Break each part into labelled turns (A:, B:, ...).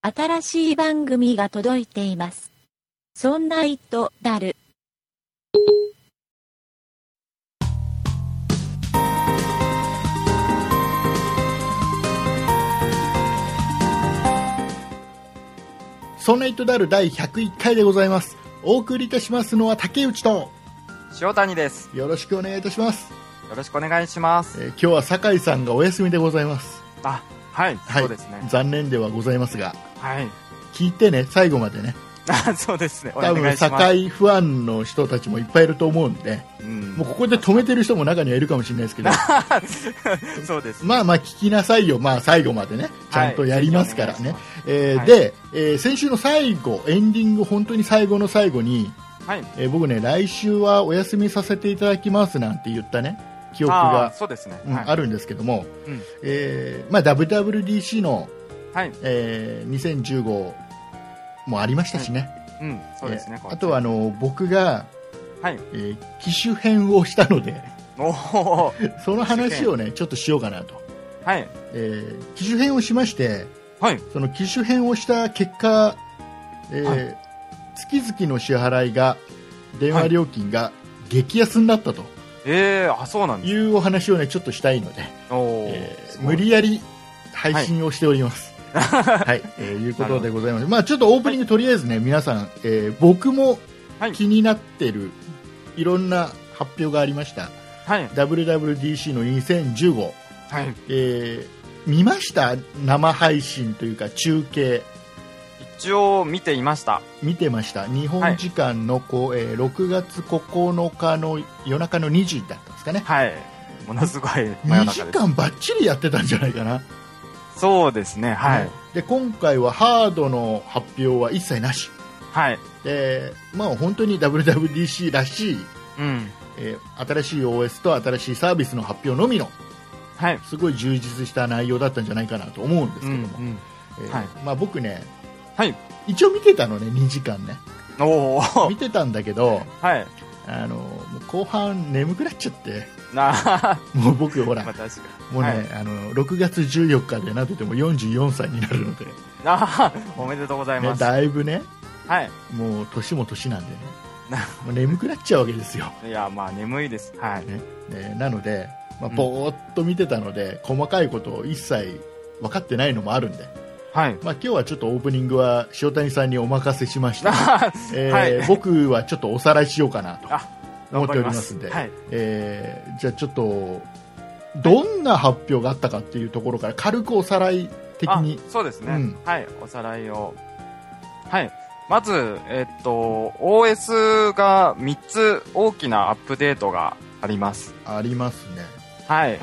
A: 新しい番組が届いています。そんな糸だる。
B: ソネイトダル第101回でございます。お送りいたしますのは竹内と、
C: 塩谷です。
B: よろしくお願いいたします。
C: よろしくお願いします。
B: えー今日は酒井さんがお休みでございます。
C: あ、はい、
B: はい
C: そうですね。
B: 残念ではございますが、
C: はい。
B: 聞いてね、最後までね。
C: あ、そうですね。お
B: 多
C: 願
B: 分、
C: いします。
B: 酒井ファンの人たちもいっぱいいると思うんで、
C: うん
B: もうここで止めてる人も中にはいるかもしれないです けど、
C: そうです。
B: まあまあ聞きなさいよ、まあ最後までね、ちゃんとやりますからね。
C: はい
B: えー
C: はい
B: で、えー先週の最後、エンディング、本当に最後の最後に、
C: はい。
B: えー僕ね、来週はお休みさせていただきますなんて言ったね、記憶
C: あー、
B: が、
C: そうですね。
B: うん
C: はい
B: あるんですけども、
C: うん
B: えーまあ、WWDC の、
C: はい。
B: えー2015もありましたしね、
C: うん、そうですね
B: え。ー
C: こっち
B: あとはあの僕が、
C: はい。
B: えー機種編をしたの で、
C: おお。
B: その話をね、ちょっとしようかなと。
C: はい。
B: えー機種編をしまして、
C: はい。
B: その機種変をした結果、えー
C: は
B: 月々の支払いが電話料金が激安になったと
C: ええー、あ、そうなんで
B: い
C: す。
B: うお話をねちょっとしたいので、
C: おお、
B: えー
C: すごい
B: 無。理やり配信をしており ます。はい、えーいうことでございます。まあちょっとオープニングとりあえずね、皆さん、えー僕も
C: はい
B: 気になってる、い、ろんな発表がありました。
C: はい。
B: WWDC の2015、
C: はい。
B: えー見ました生配信というか中継。
C: 一応見ていました。
B: 見てました日本時間のこう、えー6月9日の夜中の2時だったんですかね
C: はい。ものすごい真夜
B: 2時
C: 中です。
B: 間ばっちりやってたんじゃないかな、
C: そうですね。はい。
B: で今回はハードの発表は一切なし
C: はい。
B: で、まあ、本当に WWDC らしい、
C: うん。
B: えー新しい OS と新しいサービスの発表のみの
C: はい。
B: すごい充実した内容だったんじゃないかなと思うんですけ
C: う
B: ど
C: ん。う
B: も、
C: ん。
B: えー
C: はい
B: まあ、僕ね
C: はい。
B: 一応見てたのね2時間ね
C: おお。
B: 見てたんだけど
C: はい。
B: あのもう後半眠くなっちゃって
C: なあ、
B: もう僕ほら
C: まあ、確かに。
B: もうね、
C: はい
B: あの6月14日でなってても44歳になるので、ね、
C: あーおめでとうございます。
B: だいぶね
C: はい。
B: もう年も年なんでね
C: な
B: もう眠くなっちゃうわけですよ、
C: いや、まあ、眠いです。はい。
B: ね、なので、まあ、
C: うん
B: ぼーっと見てたので、細かいことを一切分かってないのもあるんで、
C: はい。
B: まあ、今日はちょっとオープニングは塩谷さんにお任せしま した、えー
C: はい
B: 僕はちょっとおさらいしようかなと
C: あ
B: 思っておりますんで
C: 頑張りま
B: えーじゃあちょっとどんな発表があったかっていうところから軽くおさらい的
C: あ
B: に、
C: そうですね、
B: うん
C: はい。おさらいを。はい。まず、えっと、OS が3つ大きなアップデートがあります。
B: ありますね。
C: はい。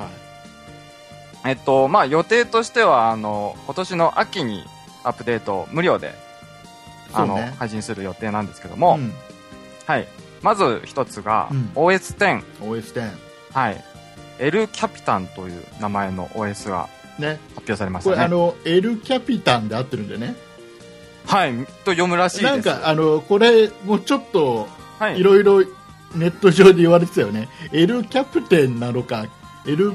C: えっと、まあ、予定としては、あの、今年の秋にアップデート無料で、あの、
B: そうね
C: 配信する予定なんですけども、
B: うん、
C: はい。まず一つが、
B: うん
C: OS10。
B: OS10、
C: はい。L キャピタンという名前の OS が
B: ね、
C: 発表されまし
B: これ、
C: た
B: あ
C: ね。
B: の L キャピタンで合ってるんでね、
C: はい。と読むらしいです。
B: なんかあのこれ、もうちょっと
C: はい
B: いろいろネット上で言われてたよね、L キャプテンなのか、L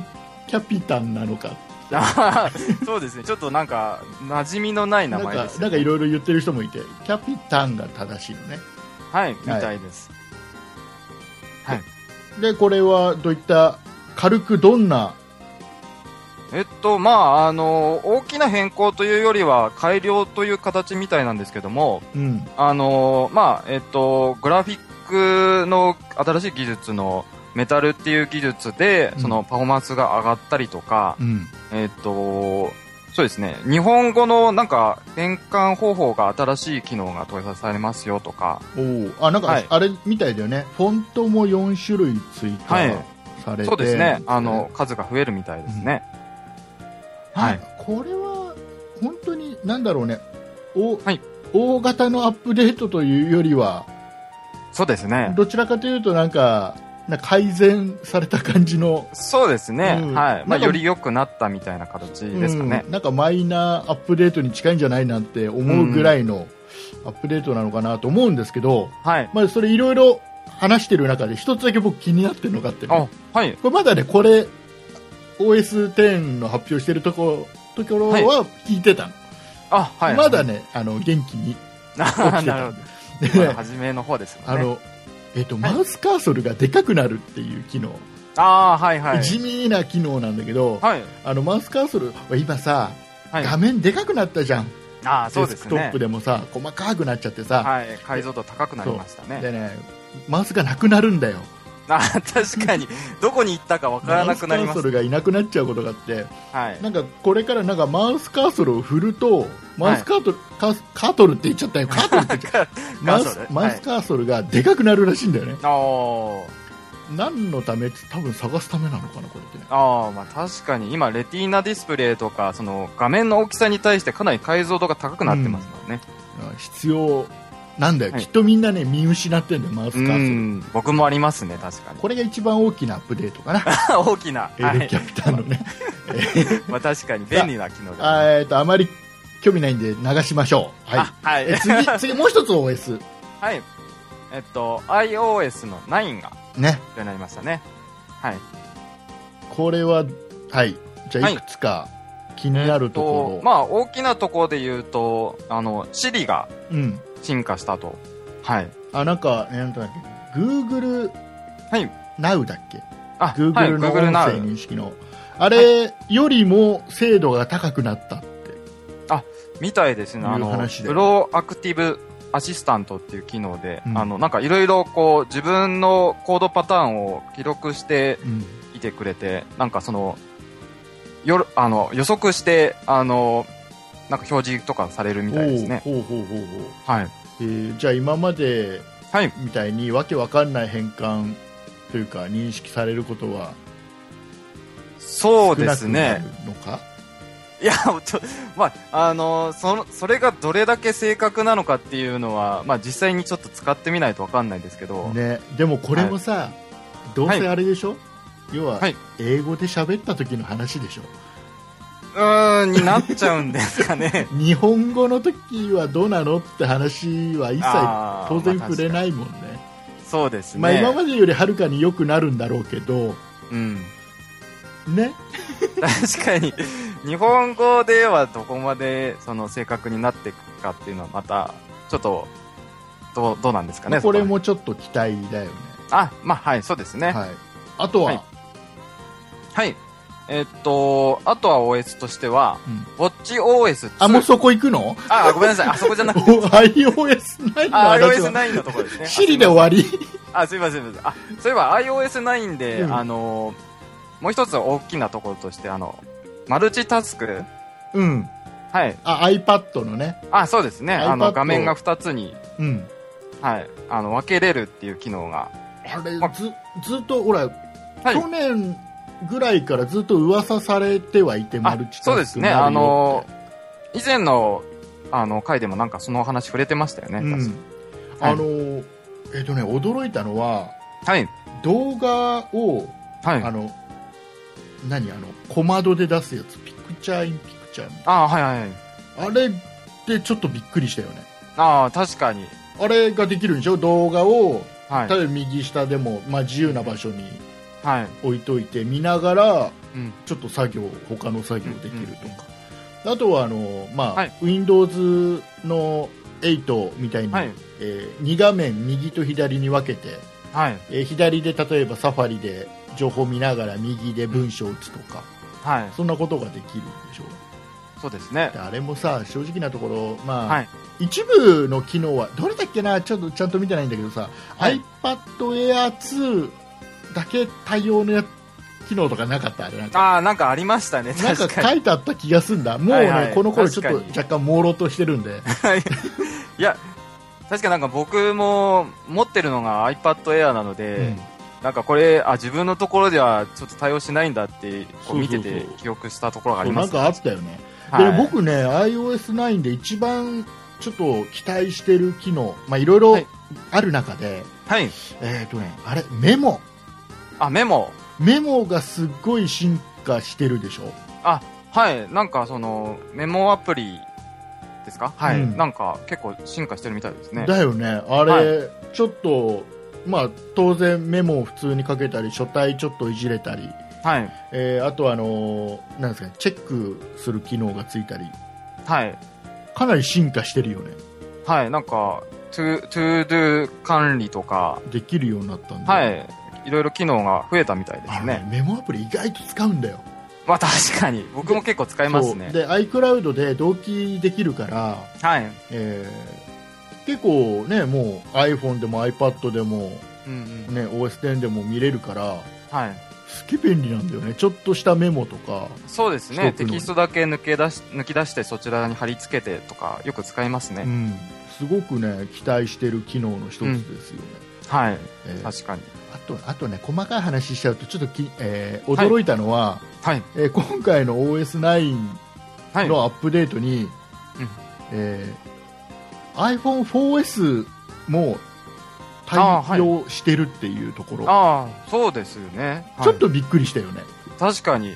B: キャピタンなのか、
C: あー そうですね。ちょっとなんか、馴染みのない名
B: なん
C: 前
B: か
C: です、
B: なんかいろいろ言ってる人もいて、キャピタンが正しいのね、
C: はい、みたいです。はい。
B: でこれはどういった、軽くどんな、
C: えっと、まあ、あの、大きな変更というよりは、改良という形みたいなんですけども、
B: うん、
C: あの、まあ、えっと、グラフィックの新しい技術のメタルっていう技術で
B: う、ん
C: そのパフォーマンスが上がったりとか、
B: うん、
C: えっと、そうですね。日本語のなんか変換方法が新しい機能が搭載されますよとか。
B: おーあなんか、
C: はい
B: あれみたいだよね、フォントも4種類追加
C: はい
B: されて、
C: そうですね。あの、数が増えるみたいですね。はい。
B: これは本当になんだろうねお、
C: はい
B: 大型のアップデートというよりは
C: そうですね。
B: どちらかというとなんかなんか改善された感じの、
C: そうですね。
B: うん
C: はい。
B: な
C: まあ、
B: んか
C: より良くなったみたいな形ですかね。
B: うんなんかマイナーアップデートに近いんじゃないなんて思うぐらいのアップデートなのかなと思うんですけど、
C: はい。
B: まあ、それいろいろ話してる中で一つだけ僕気になってるのがあってね、
C: あ、はい。
B: これまだねこれ OS10 の発表してるところところは聞いてたの、
C: ああ、はい。
B: まだ ね、あの、元気に
C: な、
B: 起きて
C: なる
B: た
C: ほ
B: んで。
C: ど。まだ
B: で、
C: 初めの方です
B: あ
C: もんね。
B: の、えっと、マウスカーソルがでかくなるっていう機能。
C: ああー、はいはい。
B: 地味な機能なんだけど、
C: はい。
B: あの、マウスカーソル、今さ、
C: はい。
B: 画面でかくなったじゃん。
C: ああ、そうで
B: デス
C: す
B: クト
C: ね
B: ップ。でもさ、細かくなっちゃってさ、
C: はい。解像度高くなりましたね。
B: でね、マウスがなくなるんだよ。
C: あー確かに、どこに行ったかわからなくなり
B: マウスカー
C: ま
B: ソ
C: す。
B: ルがいなくなっちゃうことがあって、
C: はい。
B: なんかこれからなんかマウスカーソルを振ると、マウスカートル、カーカートルって言っちゃったよ、カートルって言っちゃったマウス
C: カーソル
B: マウスカーソルがでかくなるらしいんだよね。
C: あー
B: 何のためって多分探すためなのかな、これってね。
C: あー、まあ確かに今、レティーナディスプレイとか、その画面の大きさに対してかなり解像度が高くなってますもんね。
B: うん必要なんだよ、
C: はい
B: きっとみんなね、見失ってんだよ、マウス
C: う
B: カーソル。
C: ん、僕もありますね、確かに。
B: これが一番大きなアップデートかな、
C: 大きな。 は
B: エレ
C: い
B: キ。ャピタンのね。
C: まあ確かに便利な機能ですね。
B: あーえっと、あまり興味ないんで流しましょう。はい。
C: あはい。
B: え次、次、もう一つ OS。
C: はい。えっと、iOS の9が、
B: ね。
C: これになりましたね。はい。
B: これは、はい。じゃあ、
C: はい
B: いくつか気になると
C: えっ
B: ことろ。
C: まあ、大きなところで言うと、あの、Siri が
B: うん。
C: 進化したと。はい。
B: あ、なんか、えーなんだっけ、Google
C: はい
B: Now だっけ
C: あ、はい、
B: ?Google の音
C: Google
B: 声
C: Now。
B: 認識の。あれよりも精度が高くなったって。
C: みたいですね。あ
B: いう
C: の、
B: 話で
C: プロアクティブアシスタントっていう機能で、
B: うん
C: あの、なんかいろいろこう、自分のコードパターンを記録して
B: うん。
C: いてくれて、なんかその、よろ、あの、予測して、あの、なんか表示とかされるみたいですね。
B: おうほうほうほうほう。
C: はい。
B: えーじゃあ、今まで
C: はい。
B: みたいにわけわかんない変換というか、認識されることは
C: そ
B: 少
C: うで
B: な
C: す
B: くな
C: ね
B: る。のか
C: いや、ちょ、まあ、あのその、それがどれだけ正確なのかっていうのは、まあ、実際にちょっと使ってみないとわかんないですけど、
B: ね、でもこれもさ、どうせあれでしょ、要は
C: はい
B: 英語で喋った時の話でしょ、
C: うーん、になっちゃうんですかね。
B: 日本語の時はどうなのって話 は一切
C: あー
B: 当然触れ
C: まあ
B: ないもんね、
C: 確かにそうですね。
B: まあ今までよりはるかに良くなるんだろうけど、
C: うん。
B: ね、
C: 確かに、日本語ではどこまで、その、正確になっていくかっていうのは、また、ちょっと、どう、どうなんですかね。
B: これ
C: そこ
B: もちょっと期待だよね、
C: ら辺。あ、まあ、はい、そうですね。
B: はい、あとは、
C: はいはい。えっと、あとは OS としては、
B: うん
C: ウォッチ OS2。
B: あもうそこ行くの
C: あ、ごめんなさい。あそこじゃ なくて、
B: お iOS9 の
C: あ、
B: 話は
C: iOS9 のところですね。
B: シリで終わり
C: あ、すいません、すいません。あ、そういえば iOS9 で、
B: うん
C: あのー、もう一つ大きなところとして、あの、マルチタスク
B: うん
C: はい。
B: あ iPad のね、
C: あ、そうですね。あ
B: iPad
C: の、画面が二つに、
B: うん、
C: はい。あの、分けれるっていう機能が。
B: あれ
C: ま
B: ずずっとほら
C: はい
B: 去。年ぐらいからずっと噂されてはいて、マ
C: あ
B: ルチ、タスク
C: そうですね。
B: にな
C: あ
B: るよ
C: のー、以前の、あの、回でもなんかそのお話触れてましたよね。
B: ってうん
C: 確か
B: あのーえっとね、驚いたのは、
C: はい。
B: 動画を、
C: は
B: あ
C: い。
B: の、何、あの、小窓で出すやつ、ピクチャーインピクチャーみた
C: あ、はいはい。
B: いなあれってちょっとびっくりしたよね。
C: ああ、確かに。
B: あれができるんでしょ動画を、
C: はい。
B: 例えば右下でも、まあ、自由な場所に
C: はい。
B: 置いといて、見ながら、
C: うん。
B: ちょっと作業他の作業できるとか、あとはあの、まあ
C: はい
B: Windows の8みたいに、
C: はい。
B: え2画面右と左に分けて、
C: はい。
B: えー左で例えばサファリで情報見ながら右で文章を打つとか、
C: はい。
B: そんなことができるんでしょう
C: そうですね
B: で。あれもさ正直なところ、まあ
C: はい
B: 一部の機能はどれだっけなちょっとちゃんと見てないんだけどさ、
C: はい
B: iPadAir2 だけ対応のや機能とかなかったあれなんか
C: ああ、なんかありましたね。
B: なん
C: 確
B: か
C: かに
B: 書。いてあった気がすんだ。もうね、
C: はいはい
B: この頃ちょっと
C: 確かに
B: 若干朦朧としてるんで。
C: はい。いや、確かなんか僕も持ってるのが iPad Air なので、なんかこれ、あ、自分のところではちょっと対応しないんだって、こ
B: そうそうそう
C: う見てて記憶したところがあ
B: う
C: り
B: ん、な
C: ま
B: ん
C: す、
B: かあったよね。
C: はい、
B: で、僕ね、iOS9 で一番ちょっと期待してる機能、まあいろいろ
C: はい
B: ある中で、
C: はい。
B: えっ、とね、あれ、メモ。
C: あ、メモ。
B: メモがすっごい進化してるでしょ。
C: はい。なんかその、メモアプリですかはい、
B: うん
C: なんか結構進化してるみたいですね。
B: だよね。あれ、
C: は
B: ちょっと、まあ当然メモを普通にかけたり、書体ちょっといじれたり、
C: はい。
B: えーあとはあのーなんですかね、チェックする機能がついたり
C: はい。
B: かなり進化してるよね
C: はい、なんか、トゥ、トゥードゥ管理とか、
B: できるようになったんで、
C: はい、いろいろ機能が増えたみたいで
B: あ
C: す
B: の
C: ね
B: ね。メモアプリ意外と使うんだよ
C: まあ確かに、僕も結構使いますね
B: そう。で iCloud で同期できるから、
C: はい。
B: えー結構ねもう iPhone でも iPad でも、
C: うんうん。
B: ね、OS10 でも見れるから
C: はい。
B: すげえ便利なんだよねちょっとしたメモとか
C: そうです
B: 一つの
C: ね。テキストだけ抜け出し、抜き出してそちらに貼り付けてとか、よく使いますね。
B: うん、すごくね期待してる機能の一つですよね、
C: はい。
B: えー
C: 確かに。
B: あとあとね細かい話しちゃうとちょっとき、えー驚いたのは、
C: はい。
B: えー今回の OS9
C: はい。
B: のアップデートに、
C: うん
B: えー iPhone4S も対
C: あー
B: 応してるっていうところ、
C: ああ、そうですよね。はい
B: ちょっとびっくりしたよね,、
C: 確かに、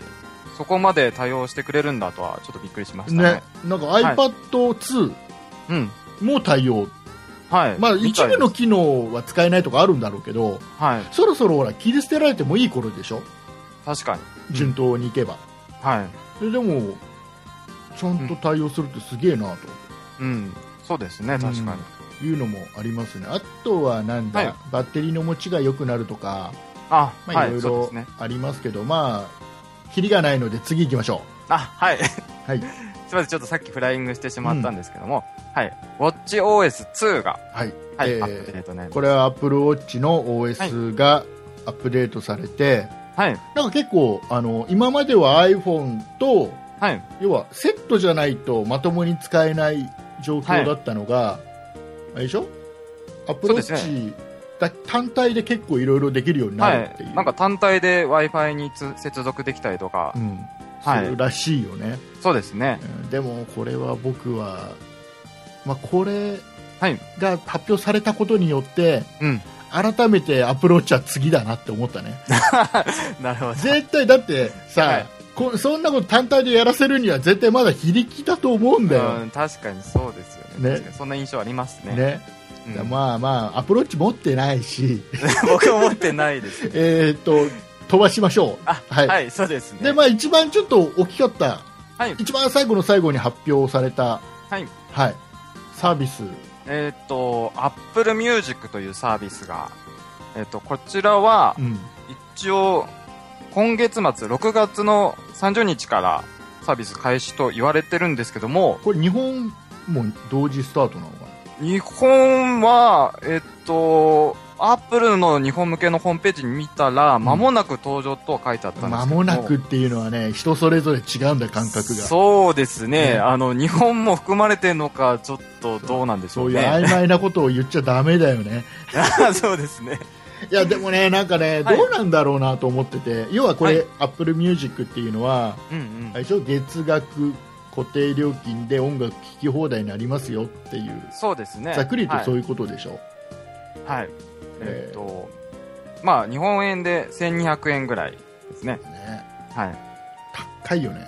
C: そこまで対応してくれるんだとは、ちょっとびっくりしました
B: ね
C: ね。
B: なんか
C: い
B: iPad2
C: うん。
B: も対応、
C: はい。
B: まあ、
C: み
B: 一
C: たいで
B: 部
C: す
B: の機能は使えないとかあるんだろうけど
C: はい。
B: そろそろほら切り捨てられてもいい頃でしょ
C: 確かに。
B: 順当にいけば、
C: はい。
B: ででもちゃんと対応するってすげえなと
C: うん。そうですね、確かに。
B: いうのもありますねあとはなんだ、
C: はい
B: バッテリーの持ちが良くなるとか、
C: あ、
B: まあ、
C: はい
B: ろ
C: い、
B: い
C: そうで
B: ろ
C: すね。
B: ありますけど、まあキリがないので次行きましょ
C: あ、はい。
B: うはい、
C: すみません、ちょっとさっきフライングしてしまったんですけども、はい。WatchOS2 が、
B: はい
C: はい、
B: えー
C: アップデートね。
B: これは AppleWatch の OS がアップデートされて、
C: はい。
B: なんか結構あの今までは iPhone と
C: はい。
B: 要はセットじゃないとまともに使えない状況だったのが、あれでしょアプロー
C: そうです
B: チだ、単体で結構いろいろできるようになる
C: は
B: っていう、
C: い。なんか単体で Wi-Fi につ接続できたりとか
B: う、ん、
C: はい
B: するらしいよね、
C: そうですね
B: う。んでもこれは僕は、まあ、これ
C: はい。
B: が発表されたことによって
C: うん。
B: 改めてアプローチは次だなって思ったね
C: なるほど。
B: 絶対だってさ、
C: はい
B: こそんなこと単体でやらせるには絶対まだ非力だと思うんだよ、
C: うん、確かにそうですよ
B: ね
C: ね。確かにそんな印象ありますね。
B: ね
C: うん
B: まあまあアプローチ持ってないし
C: 僕思ってないですね。
B: えーっと飛ばしましょう。
C: あ、
B: は
C: はいい、そうですね。
B: でまあ、一番ちょっと大きかった、
C: はい、
B: 一番最後の最後に発表された、
C: はい。
B: はい、サービス、
C: えっ、と、Apple Music というサービスが、えっ、と、こちらは
B: う、ん
C: 一応、今月末、6月の30日からサービス開始と言われてるんですけども、
B: これ、日本も同時スタートなのか
C: 日本は、えっ、と、Apple の日本向けのホームページ見たら、間もなく登場とは書いてあった
B: なん間
C: ですけど
B: もなくっていうのはね人それぞれ違うんだ、感覚がそう
C: そうですね、
B: ね
C: あの日本も含まれてるのか、ちょっとどうなんでしょう
B: いう
C: ね。
B: 曖昧なことを言っちゃだめだよ ね、
C: そうですね。
B: いやでもね、なんかね、
C: はい
B: どうなんだろうなと思ってて、要はこ
C: は
B: れ、AppleMusic っていうのは、
C: うんうん
B: あれでしょ月額固定料金で音楽聴き放題になりますよっていう。
C: そうですね。
B: ざっくり言うとそうういうことでしょ、
C: はい。はいえ
B: えー
C: っと、まあ、日本円で1200円ぐらいですね。
B: ね
C: はい。
B: 高いよね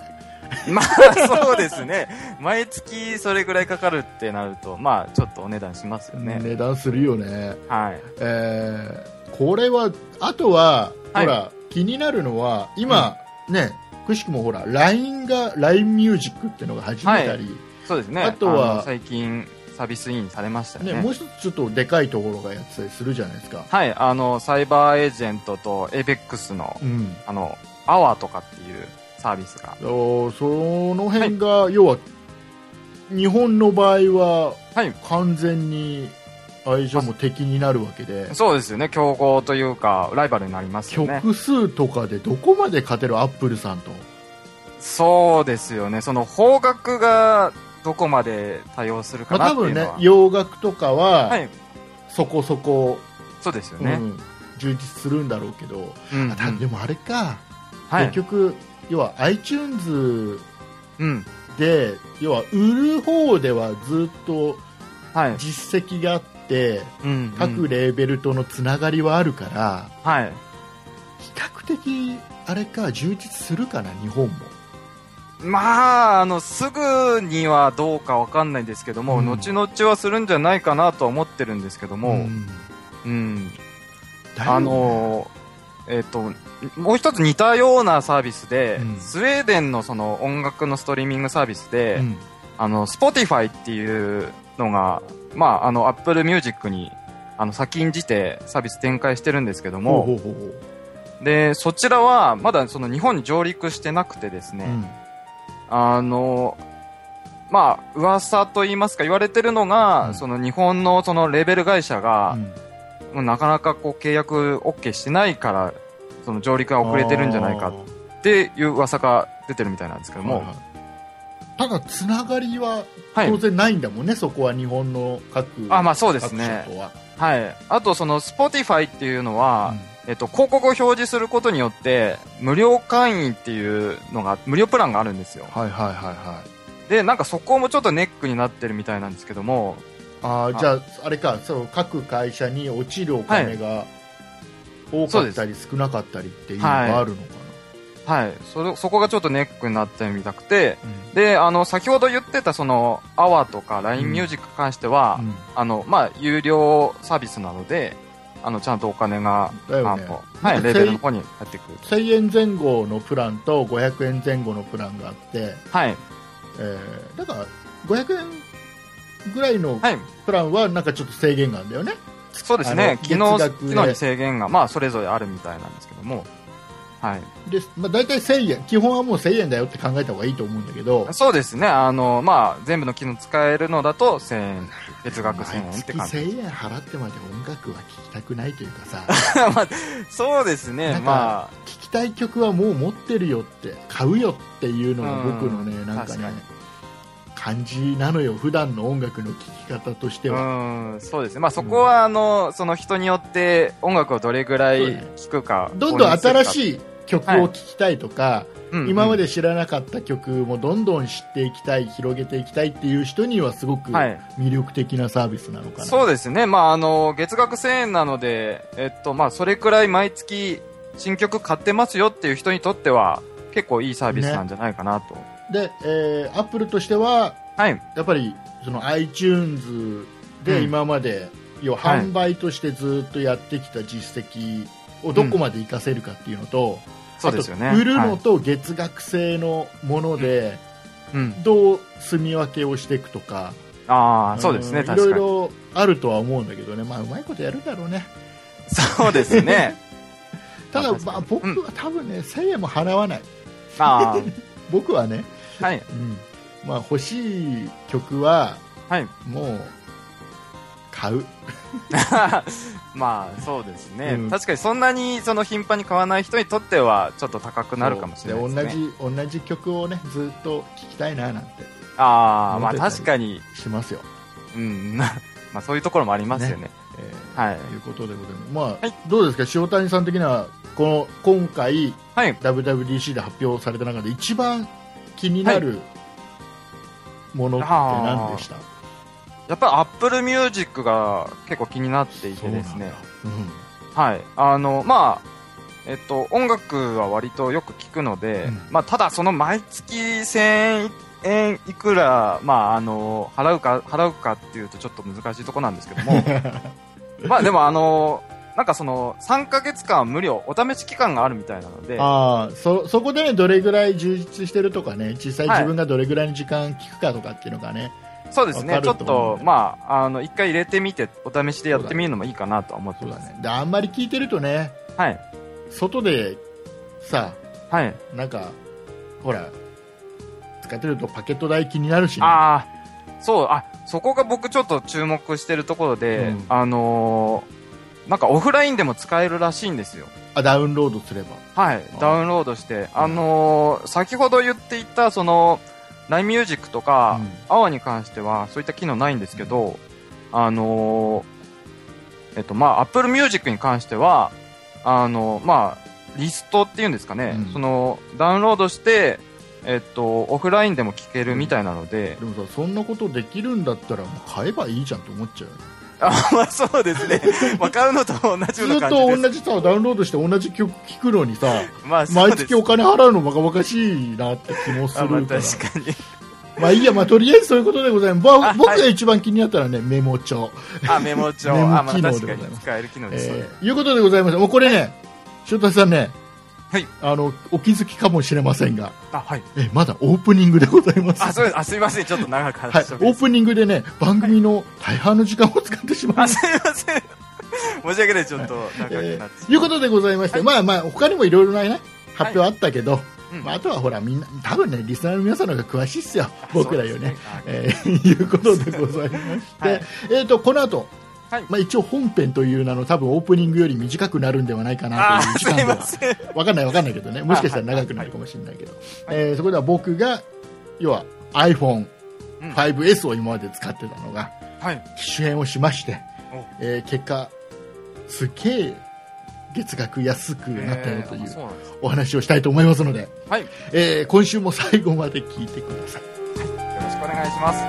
C: まあ、そうですね。毎月それぐらいかかるってなると、まあ、ちょっとお値段しますよね。
B: 値段するよね、
C: はい。
B: えーこれはあとは、
C: はい
B: ほら気になるのは今、ねくしくもほら LINE が LINE ミュージックっていうのが始めたり、
C: そうですね。
B: あとは
C: の最近、サービスインされましたよ
B: ね
C: ね。
B: もう一つちょっとでかいところがやってたりするじゃないですか、
C: はい。あの、サイバーエージェントとエイベックスの、
B: うん、
C: あの、アワーとかっていうサービスが。
B: おその辺が、要は日本の場合は
C: はい。
B: 完全に愛情も敵になるわけで
C: そうですよね。競合というか、ライバルになりますよね。
B: 曲数とかでどこまで勝てるアップルさんと。
C: そうですよね。その方角がどこまで対応するか
B: まあ、
C: な
B: 多
C: って
B: 分
C: いうの
B: ね
C: は。
B: 洋楽とかは、
C: はい。
B: そこそこ、
C: そうですよ
B: う
C: ね。
B: ん、充実するんだろうけど、
C: うん。
B: あたでもあれか、
C: はい
B: 結。局要は iTunes
C: うん。
B: で要は売る方ではずっと
C: はい。
B: 実績があって
C: うん。う
B: 各
C: ん
B: レーベルとのつながりはあるから、
C: はい。
B: 比較的あれか充実するかな日本も
C: まあ、あの、すぐにはどうかわかんないんですけども、
B: うん
C: 後々はするんじゃないかなとは思ってるんですけども、
B: ん
C: うん。
B: だよね
C: あのーえっ、と、もう一つ似たようなサービスで、
B: うん
C: スウェーデンのその音楽のストリーミングサービスで、
B: うん
C: あの、Spotify っていうのが、まあ、あの、Apple Music に、あの、先んじてサービス展開してるんですけども、
B: ほうほうほうほう
C: で、そちらは、まだその日本に上陸してなくてですね、
B: うん
C: あの、まあ、噂と言いますか、言われてるのが、
B: うん
C: その日本のそのレーベル会社が、もうなかなかこう契約 OK してないから、その上陸が遅れてるんじゃないかっていう噂が出てるみたいなんですけど
B: あー
C: も、
B: はいはいただつながりは
C: はい
B: 当然ないんだもんね、そこは日本の各
C: あまあそうですね
B: 各所とは
C: はい。あと、その Spotify っていうのは、
B: う
C: えっと、広告を表示することによって、無料会員っていうのが、無料プランがあるんですよ。
B: んはいはいはいはい
C: で、なんかそこもちょっとネックになってるみたいなんですけども、
B: あーじゃああれかそう各会社に落ちるお金が多かったり少なかったりっていうのがあるのか
C: はい。それ、そこがちょっとネックになってるみたくて、
B: な、
C: で、あの、先ほど言ってたその、アワーとか LINE ミュージックに関しては、
B: うん
C: あの、まあ、有料サービスなので、あの、ちゃんとお金が、
B: だよ
C: あ
B: ね
C: のは
B: なん
C: い、
B: か
C: レーベルの方に入ってくる。
B: 1000円前後のプランと500円前後のプランがあって、
C: はい。
B: えー、だから500円ぐらいの
C: はい。
B: プランはなんかちょっと制限があるんだよね、
C: そうです
B: あの
C: ね、昨
B: 月
C: 日
B: 額で
C: 昨日に制限が、まあ、それぞれあるみたいなんですけども、はい、
B: でまあ、大体1000円基本はもう1000円だよって考えた方がいいと思うんだけど
C: そうですね、あのまあ、全部の機能使えるのだと1000円、月額1000円って感
B: 毎
C: じ、
B: 月1000円払ってまで音楽は聴きたくないというかさ
C: まあそうですね、
B: なんか
C: ま
B: 聴きたい曲はもう持ってるよって買うよっていうのが僕のね、
C: うん
B: なんかね
C: 確かに
B: 感じなのよ普段の音楽の聴き方として
C: あ、う
B: は、
C: ーん、そうですね、まあ、そこはあのその人によって音楽をどれぐら
B: そう
C: い
B: ね
C: 聴くか、
B: どんどん新
C: い、
B: しい曲を聴きたいとか、
C: うん
B: 今まで知らなかった曲もどんどん知っていきたい広げていきたいっていう人にはすごく
C: はい
B: 魅力的なサービスなのかな、
C: そうですね、まあ、あの月額1000円なので、えっとまあ、それくらい毎月、新曲買ってますよっていう人にとっては、結構いいサービスなんじゃないかなと。
B: で、えーアップルとしては
C: はい
B: やっぱりその iTunes
C: う
B: で
C: ん
B: 今まで、要は
C: はい
B: 販売としてずっとやってきた実績をどこまで活かせるかっていうのと、
C: そうですよね。
B: あと売る
C: は
B: の
C: い
B: と月額制のもので
C: うん。
B: どう住み分けをしていくとか、
C: ああ、そうですね、
B: んい
C: 確
B: ろい
C: かに。
B: ろあるとは思うんだけどね、まあ、うまいことやるだろうね。
C: そうですね。
B: ただ、
C: あ確か
B: ま
C: に
B: あ、僕
C: うん
B: は多分ね、1000円も払わない、
C: あ
B: 僕はね、
C: あ、はい、
B: うんまあ、欲しい曲は
C: はい。
B: もう買う、
C: まあ、そうですね、
B: うん
C: 確かにそんなにその頻繁に買わない人にとっては、ちょっと高くなるかもしれないですね。
B: で同じ同じ曲をねずっと聴きたいななんて
C: ああ、
B: 持
C: まあ
B: ってたり
C: 確かに、
B: しますよ。
C: うん、 まあそういうところもありますよね。
B: えー
C: はい
B: と。いうことでございます、まあ
C: はい
B: どうですか、塩谷さん的にはこの今回、
C: はい。
B: WWDC で発表された中で一番気になるものって何でした、
C: やっぱり Apple Music が結構気になっていてですね。
B: そうなんだ
C: はい。あの、まあ、えっと、音楽は割とよく聞くので、
B: うん
C: まあ、ただその毎月1000円いくら、まあ、あの、払うか、払うかっていうとちょっと難しいとこなんですけど も、まあ、でもあの、なんかその、3ヶ月間無料、お試し期間があるみたいなので、
B: ああそそこで、ね、どれぐらい充実してるとかね実際
C: はい
B: 自分がどれぐらいの時間聞くかとかっていうのがね、
C: そうです
B: わ
C: ね、
B: か
C: ちょ
B: ると
C: っ
B: 思うん
C: と、
B: で
C: まあ、あの、一回入れてみて、お試しでやってみるのもいいかなとは思って
B: そうだ
C: ます。
B: ねであんまり聞いてるとね
C: はい。
B: 外でさ
C: はい。
B: なんかほら使ってるとパケット代気になるし、ね、
C: ああ、そう、あ、そこが僕ちょっと注目してるところで、
B: うん
C: あのーなんかオフラインでも使えるらしいんですよ。
B: あダウンロードすれば
C: はい
B: あ、
C: ダウンロードして、あのー先ほど言っていた、その、LINE ミュージックとか、
B: うん
C: アワーに関しては、そういった機能ないんですけど、あのーえっと、まあ、Apple Music に関しては、あのーまあ、リストっていうんですかね、
B: うん
C: その、ダウンロードして、えっと、オフラインでも聴けるみたいなので、
B: でもさそんなことできるんだったらもう買えばいいじゃんと思っちゃうよね
C: あまあそうですね。まあ買うのと同じよ
B: ず
C: う
B: っ
C: な
B: と
C: 感じで
B: 同じさダウンロードして同じ曲聴くのにさ
C: す。まあ そう
B: 毎
C: です
B: 月お金払うのバカバカしいなって気もす
C: あまあ
B: る
C: 確
B: か
C: からに。
B: まあいいや、まあとりあえずそういうことでございます。ぼ
C: あ
B: 僕
C: はい
B: が一番気になったのはね、メモ帳。
C: あ、メモ帳。
B: メモ
C: あ、まあ
B: 機能でご
C: 確か
B: ざいま
C: に
B: す
C: 使える機能
B: え
C: です。
B: ーいうことでございます。もうこれね、翔太さんね、
C: はい
B: あのお気づきかもしれませんが
C: あ、はい。
B: えまだオープニングでございます
C: あ、そうです。あ、すいません。ちょっと長く
B: はい
C: 話し、て
B: オ
C: おりま
B: ー
C: す。
B: プニングでね番組の大半の時間を使ってしまいま
C: あ、
B: し
C: すいません。申し訳ない。ちょっと長
B: た、え
C: くなってしま
B: ーいうことでございまして、まあまあ他にもいろいろな、ね、発表あったけど、
C: ううん
B: まあ、あとはほらみんな多分ねリスナーの皆さんの方が詳しいっすよ僕らよね。
C: そうです
B: えー いうことでございまして、
C: はい
B: えー、とこの後、
C: はい
B: まあ一応本編という名の多分オープニングより短くなるんではないか
C: あ
B: な
C: あ
B: という
C: ー、
B: 時
C: すい
B: 間
C: ま
B: が
C: せん。
B: わかんないわかんないけどねもしかしたら長くなるかもしれないけど、えーそこでは僕が要は
C: うん
B: iPhone5S を今まで使ってたのが
C: はい。
B: 機種変をしまして、えー結果すっげえ月額安くなったよとい
C: えーあ
B: う
C: そうなんです。
B: お話をしたいと思いますので、
C: はい。よ
B: えー今週も最後まで聞いてください
C: ろしくお願いします。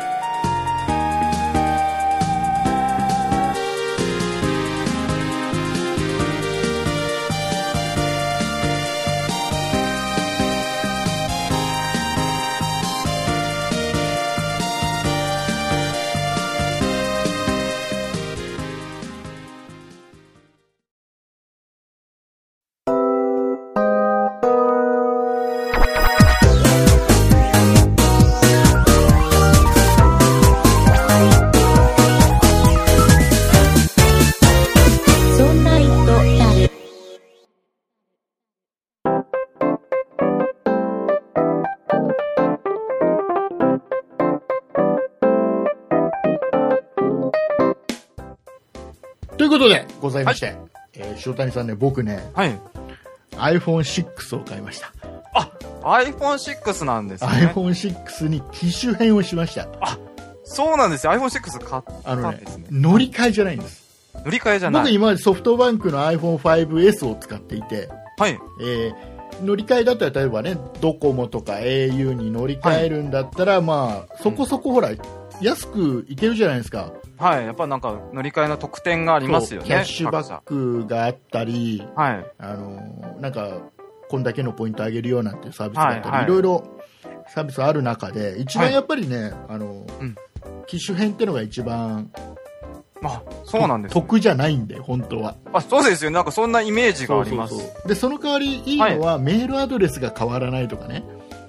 A: そんな糸だる、
B: ということでございまして、えー塩谷さんね僕ね
C: はい。
B: iPhone6 を買いました
C: iPhone6 なんですね。
B: iPhone6 に機種変をしました
C: そうなんですよ。iPhone6 買っ
B: あの
C: たん
B: ね
C: ですね。
B: 乗り換えじゃないんです
C: 乗り換えじゃな
B: 僕
C: い。
B: 今までソフトバンクの iPhone5S を使っていて、
C: はい。
B: えー乗り換えだったら例えばねドコモとか au に乗り換えるんだったら、まあそこそこほら、安くいけるじゃないですか
C: はい。やっぱなんか乗り換えの特典がありますよ
B: そう
C: ね。
B: キャッシュバッ
C: 各
B: クがあったり
C: 社はい。
B: あのなんかこんだけのポイントあげるよなんていうサービスだったり、
C: は
B: い
C: いはい
B: ろいろサービスある中で一番やっぱりね、あの
C: うん
B: 機種編ってのが一番
C: まあ、そうなんです、ね。
B: 得じゃないんで本当は
C: あ、そうですよね。なんかそんなイメージがあります。
B: そうそうそうでその代わりいいのは、メールアドレスが変わらないとかね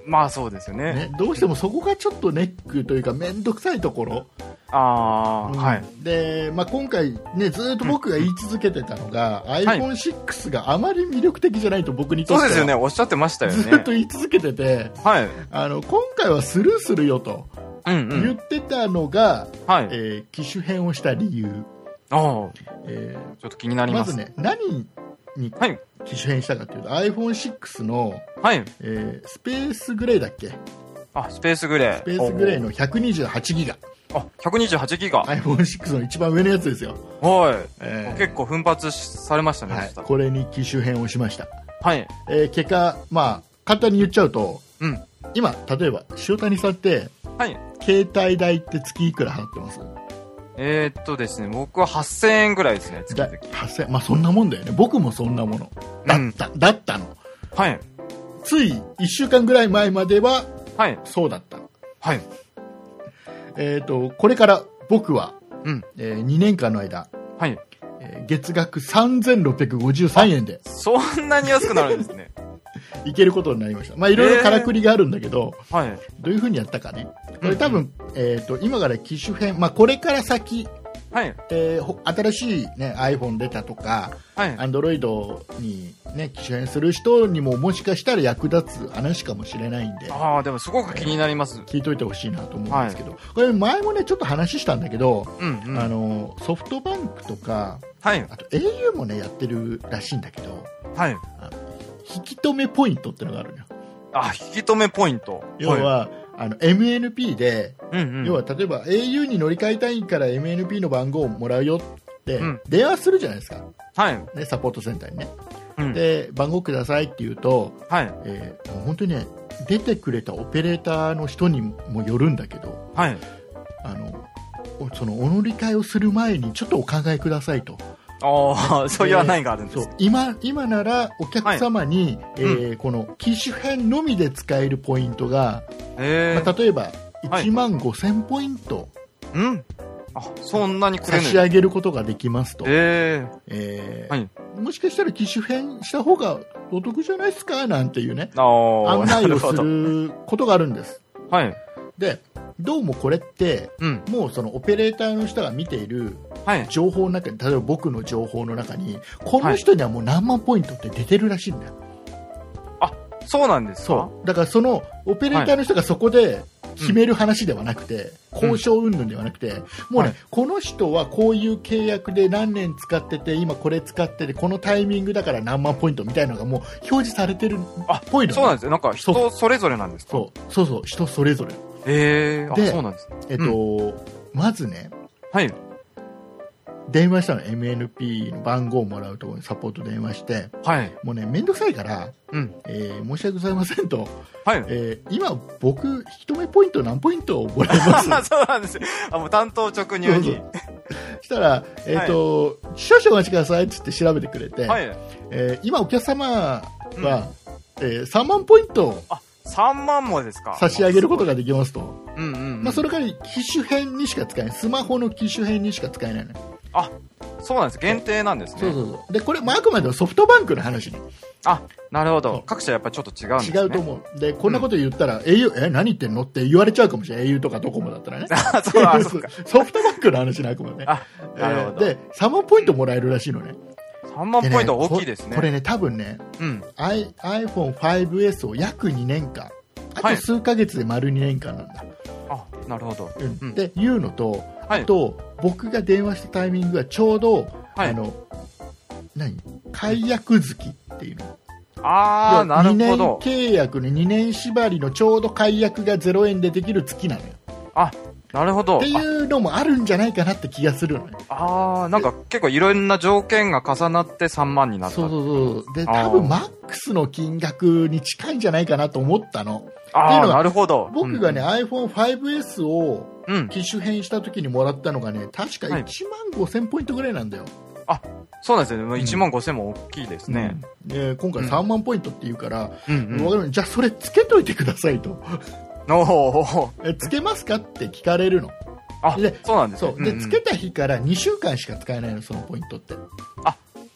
C: まあそうですよね。
B: ねどうしてもそこがちょっとネックというか面倒くさいところ、
C: ああ、
B: うん
C: はい。
B: でまあ、今回、ね、ずっと僕が言い続けてたのが、iPhone6 があまり魅力的じゃないと僕にと
C: そ
B: っ
C: う
B: ては
C: ですよね。おっしゃってましたよ
B: ずっ
C: ね
B: と。言い続けてて
C: はい。
B: あの今回はスルーするよと
C: うんう
B: 言
C: ん。
B: ってたのが、
C: はい。あ
B: えー機種変をした理由、
C: あ、ちょ
B: え
C: っと気にな
B: ー
C: り
B: ま
C: ま
B: ず
C: す。
B: ね何に
C: はい。
B: 機種変したかというと iPhone6 の、
C: はい。
B: えースペースグレーだっけス
C: あ、スペースグレー。ス
B: ペースグレー。の128ギガ
C: あ、128ギガ。はい。
B: iPhone6 の一番上のやつですよ、えー
C: 結構奮発しされましたね。
B: は
C: そ
B: い
C: した、ら
B: これに機種変をしました、
C: はい。
B: えー結果、まあ、簡単に言っちゃうと
C: うん。
B: 今例えば塩谷さんって
C: はい。
B: 携帯代って月いくら払ってます
C: えー、っとですね、僕は8000円ぐらいですね、月
B: だ
C: 々。
B: 8000まあそんなもんだよね僕もそんなものだった、だったの
C: はい。
B: つい1週間ぐらい前までは
C: はい。
B: そうだったの
C: はい。
B: えっ、とこれから僕は、
C: うん。
B: え2年間の間、
C: はい。
B: えー月額3653円で
C: そんなに安くなるん ですね。
B: いけることになりましたまあいろいろからくりがあるんだけど、
C: はい。
B: どういうふうにやったかねこ
C: う
B: れ
C: ん
B: 多分、えー、と今から機種編、まあ、これから先、
C: はい。
B: えーほ新しい、ね、iPhone 出たとか、
C: はい。
B: アンドロイドに、ね、機種変する人にももしかしたら役立つ話かもしれないんで
C: ああ、でもすごく気になります。
B: 聞いといてほしいなと思うんですけど、これ前もねちょっと話したんだけど、
C: うんうん。
B: あのソフトバンクとか
C: はい。
B: あと au もねやってるらしいんだけど
C: はい。
B: あの引き止めポイントってのがあるのよ
C: あ、引き止めポイント。
B: 要は、あの MNP で、
C: い、うんうん。
B: 要は例えば au に乗り換えたいから MNP の番号をもらうよって
C: うん
B: 電話するじゃないですか、
C: はい。
B: ね、サポートセンターにね
C: うん。
B: で番号くださいって言うと
C: はい。
B: えーもう本当にね出てくれたオペレーターの人にもよるんだけど
C: はい。
B: あのおそのお乗り換えをする前にちょっとお考えくださいと
C: ああ、そういう案内があるんです。
B: そう今今ならお客様に、えーこの機種編のみで使えるポイントが、
C: ええ
B: まあ、例えば
C: はい
B: 1万5000ポイント
C: うん。あ、そんなにく
B: 差
C: れる
B: し上げることができますと、
C: え
B: え
C: え
B: ー
C: はい
B: もしかしたら機種変した方がお得じゃないですかなんていうね
C: ああ、
B: 案
C: な
B: 内
C: る
B: を
C: ほ
B: す
C: ど。
B: ることがあるんです
C: はい。
B: でどうもこれって
C: うん。
B: もうそのオペレーターの人が見ている
C: はい。
B: 情報の中に例えば僕の情報の中にこの人にはもう何万ポイントって出てるらしいんだよ、
C: そうなんですか
B: そうだからそのオペレーターの人がそこで決める話ではなくて、交渉云々ではなくて、もうね、
C: はい
B: この人はこういう契約で何年使ってて今これ使っててこのタイミングだから何万ポイントみたいなのがもう表示されてるっ
C: あ
B: ぽいの
C: そうなん
B: よ
C: ですよ。なんか
B: そ
C: 人それぞれなんですか
B: そうそうそう人それぞれ、
C: ええあ、
B: で
C: そうなんですね。
B: えっとまずね
C: はい。
B: 電話したの MNP の番号をもらうところにサポート電話して
C: はい。
B: もうね面倒くさいから、
C: うん
B: えー申し訳ございませんと、
C: はい。
B: えー今僕一目ポイント何ポイントをもらいます
C: そうなんですよ。あ、もう担当直入に。
B: したら、えーと少々お待ちくださいってって調べてくれて、
C: はい。
B: えー今、お客様は、えー3万ポイント
C: 3万もですか
B: 差し上げることができますと、
C: うんうんうん。
B: まあ、それから機種編にしか使えないスマホの機種編にしか使えないの、
C: そうなんです。限定なんですね。
B: そうそうそうでこれ、まあ、あくまでもソフトバンクの話ね、
C: なるほ
B: そう
C: ど。各社やっぱりちょっと違うんですね。
B: 違うと思うでこんなこと言ったら、au え何言ってんのって言われちゃうかもしれない au とかドコモだったらね
C: あ、 そう あそうか。
B: ソフトバンクの話ね、あくまでね。
C: あなるほど
B: で、3万ポイントもらえるらしいのね。
C: 3万
B: でね
C: ポイントは大きいです
B: こ
C: ね。
B: これね、多分ね、
C: うん。
B: I、iPhone5S を約2年間、あ
C: は
B: と
C: い
B: 数ヶ月で丸2年間なんだ。
C: あ、なるほど。
B: うん
C: うん
B: で、いうのと、
C: は
B: あ
C: い。
B: と、僕が電話したタイミングがちょうど、
C: は
B: あ
C: い。
B: の、何解約月っていうの。
C: ああ、なるほど。
B: 2年契約の2年縛りのちょうど解約が0円でできる月なのよ。
C: なるほど
B: って。いうのもあるんじゃないかなって気がするのね。
C: ああー、なんか結構いろんな条件が重なって3万になった。
B: そうそうそう。で、
C: あー
B: 多分マックスの金額に近いんじゃないかなと思ったの。ってい
C: あ
B: う
C: あ、
B: のは
C: なるほど。
B: 僕がね、iPhone5S を
C: うん。うん。
B: 機種変した時にもらったのがね、確か1
C: は
B: 万
C: い
B: 5000ポイントぐらいなんだよ。
C: そうなんですよね。1万5千も大きいですね。
B: うんで今回
C: うん
B: 3万ポイントって言うから、
C: うん
B: わ
C: うん。
B: かるじゃあそれつけといてくださいと。
C: おー
B: えつけますかって聞かれるの。
C: あ
B: で、
C: そうなんですね
B: そう。で、
C: んん
B: つけた日から2週間しか使えないの、そのポイントって。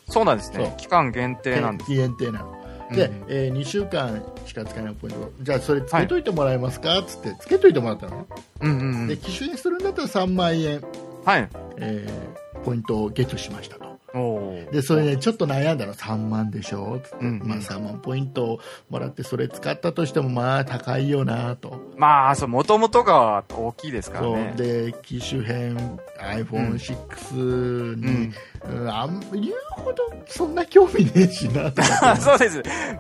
C: そうなんです
B: そ
C: ね
B: う。
C: 期間限定なんです。
B: 限定なの。で、
C: うんうん
B: えー2週間しか使えないポイントじゃあそれつけといてもらえますか、つってつけといてもらったのね、
C: うんうんう
B: で
C: ん。
B: 機種にするんだったら3万円、
C: はい。
B: えーポイントをゲットしましたと
C: おお。
B: でそれねちょっと悩んだの3万でしょつって、
C: うんうん
B: まあ、3万ポイントをもらってそれ使ったとしてもまあ高いよなと、
C: まあ、そう、もともとが大きいですから
B: そう
C: ね。
B: で機種編 iPhone6 に、うんあん言うほどそんな興味ねえしなと
C: そうです。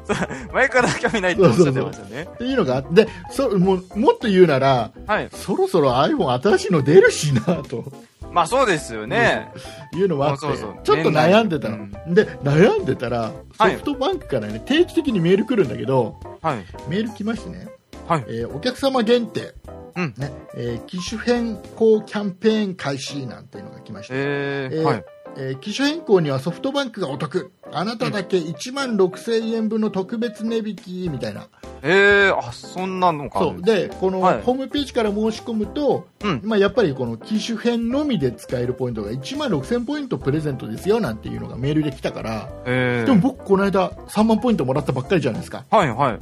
C: そう前から興味ないっておっしゃってましたね。
B: っていうのがあってでそもうもっと言うなら
C: はい。
B: そろそろ iPhone 新しいの出るしなと
C: まあそうですよね。
B: いうのもあって
C: そうそうそう
B: ちょっと悩んでたの、
C: 年
B: で悩んでたらソ
C: はい
B: フトバンクから、ね、定期的にメール来るんだけど
C: はい。
B: メール来ましてね、
C: はい
B: えーお客様限定、
C: うん
B: ねえー機種変更キャンペーン開始なんていうのが来ました、
C: え
B: えー
C: ー、はい。
B: えー機種変更にはソフトバンクがお得あなただけ1万6000円分の特別値引きみたいな、
C: えー、あ、そんなのか。
B: そうでこの
C: はい
B: ホームページから申し込むと、
C: うん
B: まあ、やっぱりこの機種編のみで使えるポイントが1万6000ポイントプレゼントですよなんていうのがメールで来たから、
C: えー、
B: でも僕、この間3万ポイントもらったばっかりじゃないですか、
C: はいはい。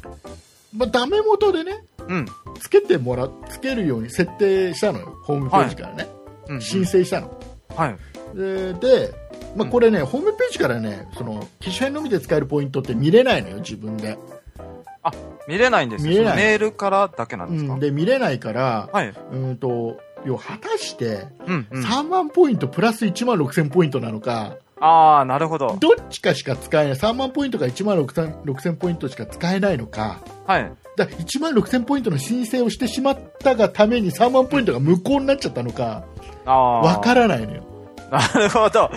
B: まあ、ダメ元でね
C: うん。
B: つけてもらつけるように設定したのよ、ホームページからね、
C: うん、
B: 申請したの。
C: はい。
B: ででまあ、これね、ホームページからねその機種編のみで使えるポイントって見れないのよ、自分で。
C: 見れないんですよ。
B: 見れない
C: そのメールからだけなん
B: う
C: ですか、
B: ん、で見れないから、
C: はい。
B: うんと要は果たして
C: うん、うん。
B: 3万ポイントプラス1万6000ポイントなのか、
C: ああ、なるほど。
B: どっちかしか使えない、3万ポイントか1万 6000, 6000ポイントしか使えないのか、
C: はい。
B: だ1万6000ポイントの申請をしてしまったがために3万ポイントが無効になっちゃったのか、
C: ああ。
B: わからないのよ。
C: なるほど。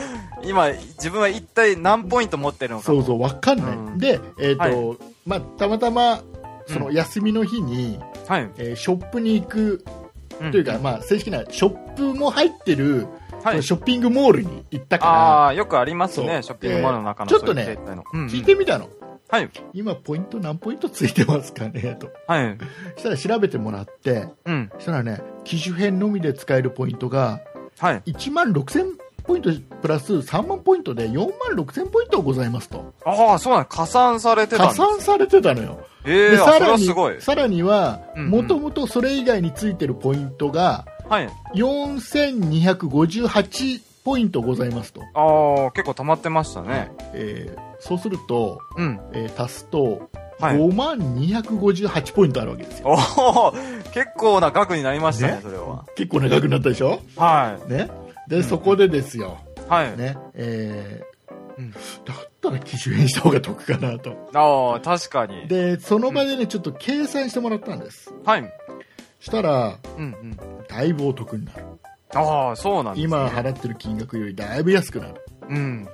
C: 今、自分は一体何ポイント持ってるのか。
B: そうそう、わかんない。
C: うん
B: で、えっ、と、
C: は
B: まあ、たまたま、その休みの日に、
C: はい。
B: えーショップに行く
C: うん
B: というか、、まあ、正式なショップも入ってる、そ
C: は
B: の
C: い。
B: ショッピングモールに行ったか
C: ああ、よくあります
B: そう
C: ね。ショッピングモールの中の
B: で
C: そう
B: ちょ
C: い
B: っ
C: う
B: とね
C: 携帯の。うんう
B: ら、
C: ん
B: 聞いてみたの。
C: はい。
B: 今、ポイント何ポイントついてますかねと。
C: はい。
B: そしたら調べてもらって、
C: うん。
B: そしたらね、機種編のみで使えるポイントが、
C: はい。
B: 1万6000ポイントプラス3万ポイントで4万6000ポイントございますと
C: ああ、そうなん加算されてたん
B: 加
C: です。
B: 算されてたのよ、
C: ええ
B: で
C: あ
B: さ
C: それ
B: ら
C: は
B: に
C: すごい。
B: さらには
C: うんうん
B: もともとそれ以外についてるポイントが
C: はい。
B: 4258ポイントございますと、
C: ああ、結構溜まってましたね。
B: えーそうすると、
C: うん。
B: えー足すと
C: はい。
B: 5万258ポイントあるわけですよ、
C: おお、結構な額になりましたね、
B: ね
C: それは。
B: 結構長くなったでしょ、
C: は
B: ね、
C: う
B: で
C: ん
B: そこでですよ、
C: い。はい。
B: ねえー
C: うん
B: だったら機種変した方が得かなと
C: ああ、確かに。
B: でその場でねちょっと計算してもらったんです
C: はい。
B: したら
C: うんうん。
B: だいぶお得になる
C: ああ、そうなんです、ね。
B: 今払ってる金額よりだいぶ安くなる
C: うん。